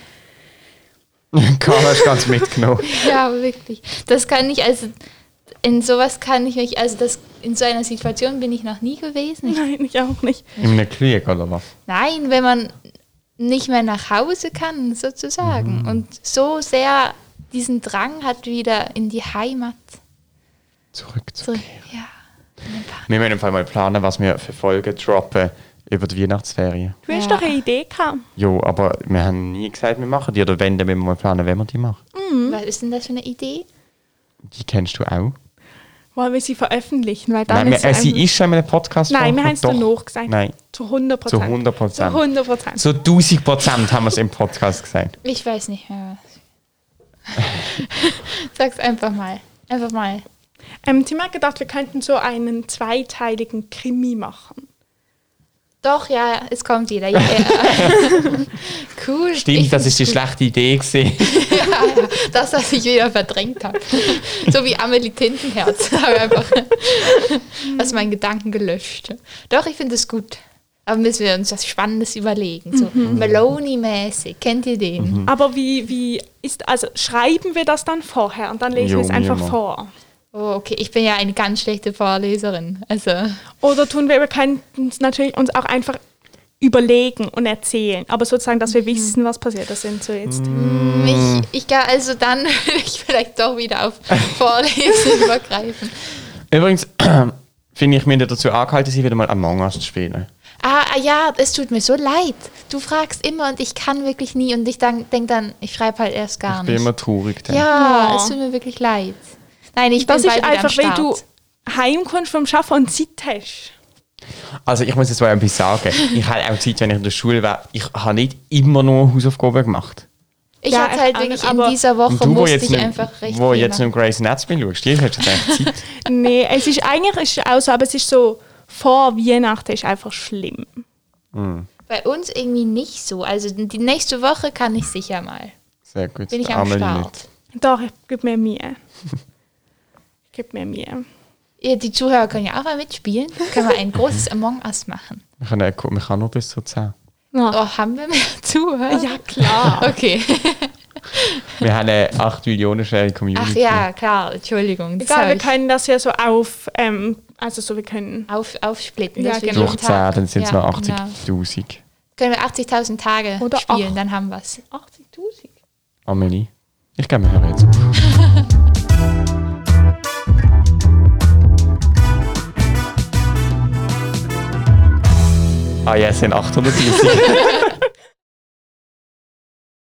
Speaker 3: Carla ist ganz mitgenommen.
Speaker 2: Ja, wirklich. Das kann ich, also in sowas kann ich mich, also das in so einer Situation bin ich noch nie gewesen. Ich,
Speaker 1: Nein, ich auch nicht.
Speaker 3: In einem Krieg, oder was?
Speaker 2: nein, wenn man nicht mehr nach Hause kann, sozusagen.
Speaker 1: Mhm.
Speaker 2: Und so sehr diesen Drang hat wieder in die Heimat
Speaker 3: Zurück zu.
Speaker 2: zurück. Ja. in den Park.
Speaker 3: Wir müssen auf einmal planen, was wir für Folgen droppen über die Weihnachtsferien.
Speaker 1: Du hast
Speaker 2: Ja.
Speaker 1: doch eine Idee gehabt.
Speaker 3: Jo, aber wir haben nie gesagt, wir machen die. Oder wenn, dann müssen wir mal planen, wenn wir die machen.
Speaker 1: Mhm.
Speaker 2: Was ist denn das für eine Idee?
Speaker 3: Die kennst du auch.
Speaker 1: Wollen wir sie veröffentlichen? Weil dann
Speaker 3: Nein, wir,
Speaker 1: ist
Speaker 3: äh,
Speaker 1: es
Speaker 3: sie
Speaker 1: einfach-
Speaker 3: ist schon mal einem Podcast
Speaker 1: Nein, wir haben es
Speaker 3: vorgekommen. Doch.
Speaker 1: danach gesagt.
Speaker 3: Nein,
Speaker 1: Zu 100
Speaker 3: zu
Speaker 1: Prozent.
Speaker 3: 100
Speaker 1: Zu
Speaker 3: Prozent.
Speaker 1: 100 Prozent.
Speaker 3: Zu 1000 Prozent haben wir es im Podcast gesagt.
Speaker 2: Ich weiß nicht mehr. Sag's einfach mal. Einfach mal.
Speaker 1: Ähm, Tim hat gedacht, wir könnten so einen zweiteiligen Krimi machen.
Speaker 2: Doch, ja, es kommt jeder. Ja, ja. cool.
Speaker 3: Stimmt,
Speaker 2: Ich
Speaker 3: das ist die schlechte Idee gewesen.
Speaker 2: Das, was ich wieder verdrängt habe. so wie Amelie Tintenherz. habe ich einfach aus meinen Gedanken gelöscht. Doch, ich finde es gut. Aber müssen wir uns was Spannendes überlegen. So Maloney-mäßig. Kennt ihr den?
Speaker 3: Mhm. Hm.
Speaker 1: Aber wie, wie ist, also schreiben wir das dann vorher und dann lesen
Speaker 3: Jo,
Speaker 1: wir es einfach
Speaker 3: mir mal.
Speaker 1: vor.
Speaker 2: Oh, okay. Ich bin ja eine ganz schlechte Vorleserin. Also,
Speaker 1: Oder tun wir, wir könnten es natürlich uns auch einfach überlegen und erzählen, aber sozusagen, dass wir
Speaker 2: Mhm.
Speaker 1: wissen, was passiert. Das sind so jetzt.
Speaker 3: Mhm.
Speaker 2: mich, ich kann also dann würde ich vielleicht doch wieder auf Vorlesen übergreifen.
Speaker 3: Übrigens, finde ich, wir haben dazu angehalten, sie wieder mal Among Us zu spielen.
Speaker 2: Ah, ah, ja, es tut mir so leid. Du fragst immer und ich kann wirklich nie. Und ich denke dann, ich schreibe halt erst gar
Speaker 3: Ich
Speaker 2: nicht.
Speaker 3: bin immer traurig. dann.
Speaker 2: Ja,
Speaker 1: Ja.
Speaker 2: es tut mir wirklich leid. Nein, ich
Speaker 1: Oh. Dass
Speaker 2: bin
Speaker 1: ich
Speaker 2: bald wieder am
Speaker 1: einfach, wenn
Speaker 2: Start.
Speaker 1: du heimkommst vom Schaffen und Zeit hast.
Speaker 3: Also ich muss jetzt mal etwas sagen. Ich hatte auch Zeit, wenn ich in der Schule war, ich habe nicht immer nur Hausaufgaben gemacht.
Speaker 2: ich
Speaker 1: Ja,
Speaker 2: hatte halt
Speaker 1: echt
Speaker 2: wirklich
Speaker 1: an,
Speaker 2: in
Speaker 1: aber-
Speaker 2: dieser Woche
Speaker 3: wo
Speaker 2: musste
Speaker 3: jetzt
Speaker 2: ich
Speaker 3: nicht,
Speaker 2: einfach recht
Speaker 3: wo
Speaker 2: viel
Speaker 3: jetzt
Speaker 2: machen.
Speaker 3: nicht Grey's Anatomy schaust, dir hast du eigentlich Zeit.
Speaker 1: Nee, es ist eigentlich ist es auch so, aber es ist so, vor Weihnachten ist einfach schlimm.
Speaker 3: ne-
Speaker 2: Bei uns irgendwie nicht so. Also die nächste Woche kann ich sicher mal.
Speaker 3: Sehr gut.
Speaker 2: Bin ich
Speaker 3: der
Speaker 2: am
Speaker 3: Amelie
Speaker 2: Start.
Speaker 3: nicht.
Speaker 1: Doch, ich gebe mir Mühe. Gib mir Mühe.
Speaker 2: Ihr, die Zuhörer können ja auch mal mitspielen. Können wir ein großes Among Us machen.
Speaker 3: Wir können, ja- wir können nur bis zu 10.
Speaker 2: Oh, haben wir mehr Zuhörer?
Speaker 1: Ja, klar.
Speaker 2: Okay.
Speaker 3: Wir haben eine 8 Millionen schnelle Community.
Speaker 2: Ach ja, klar, Entschuldigung. das
Speaker 1: Egal,
Speaker 2: hab
Speaker 1: wir
Speaker 2: ich
Speaker 1: können das ja so auf, ähm, also so, wir können,
Speaker 2: auf, aufsplitten.
Speaker 1: Ja,
Speaker 2: dass wir
Speaker 1: genau.
Speaker 3: Durch
Speaker 2: jeden
Speaker 3: 10,
Speaker 2: Tag-
Speaker 3: dann sind es
Speaker 2: Ja,
Speaker 3: noch
Speaker 2: genau.
Speaker 3: 80.000.
Speaker 2: Können wir 80.000 Tage
Speaker 1: Oder
Speaker 2: spielen,
Speaker 1: acht.
Speaker 2: dann haben wir es.
Speaker 1: 80.000.
Speaker 3: Amelie, ich glaube, wir hören jetzt auf. Ah ja, es sind 800.000.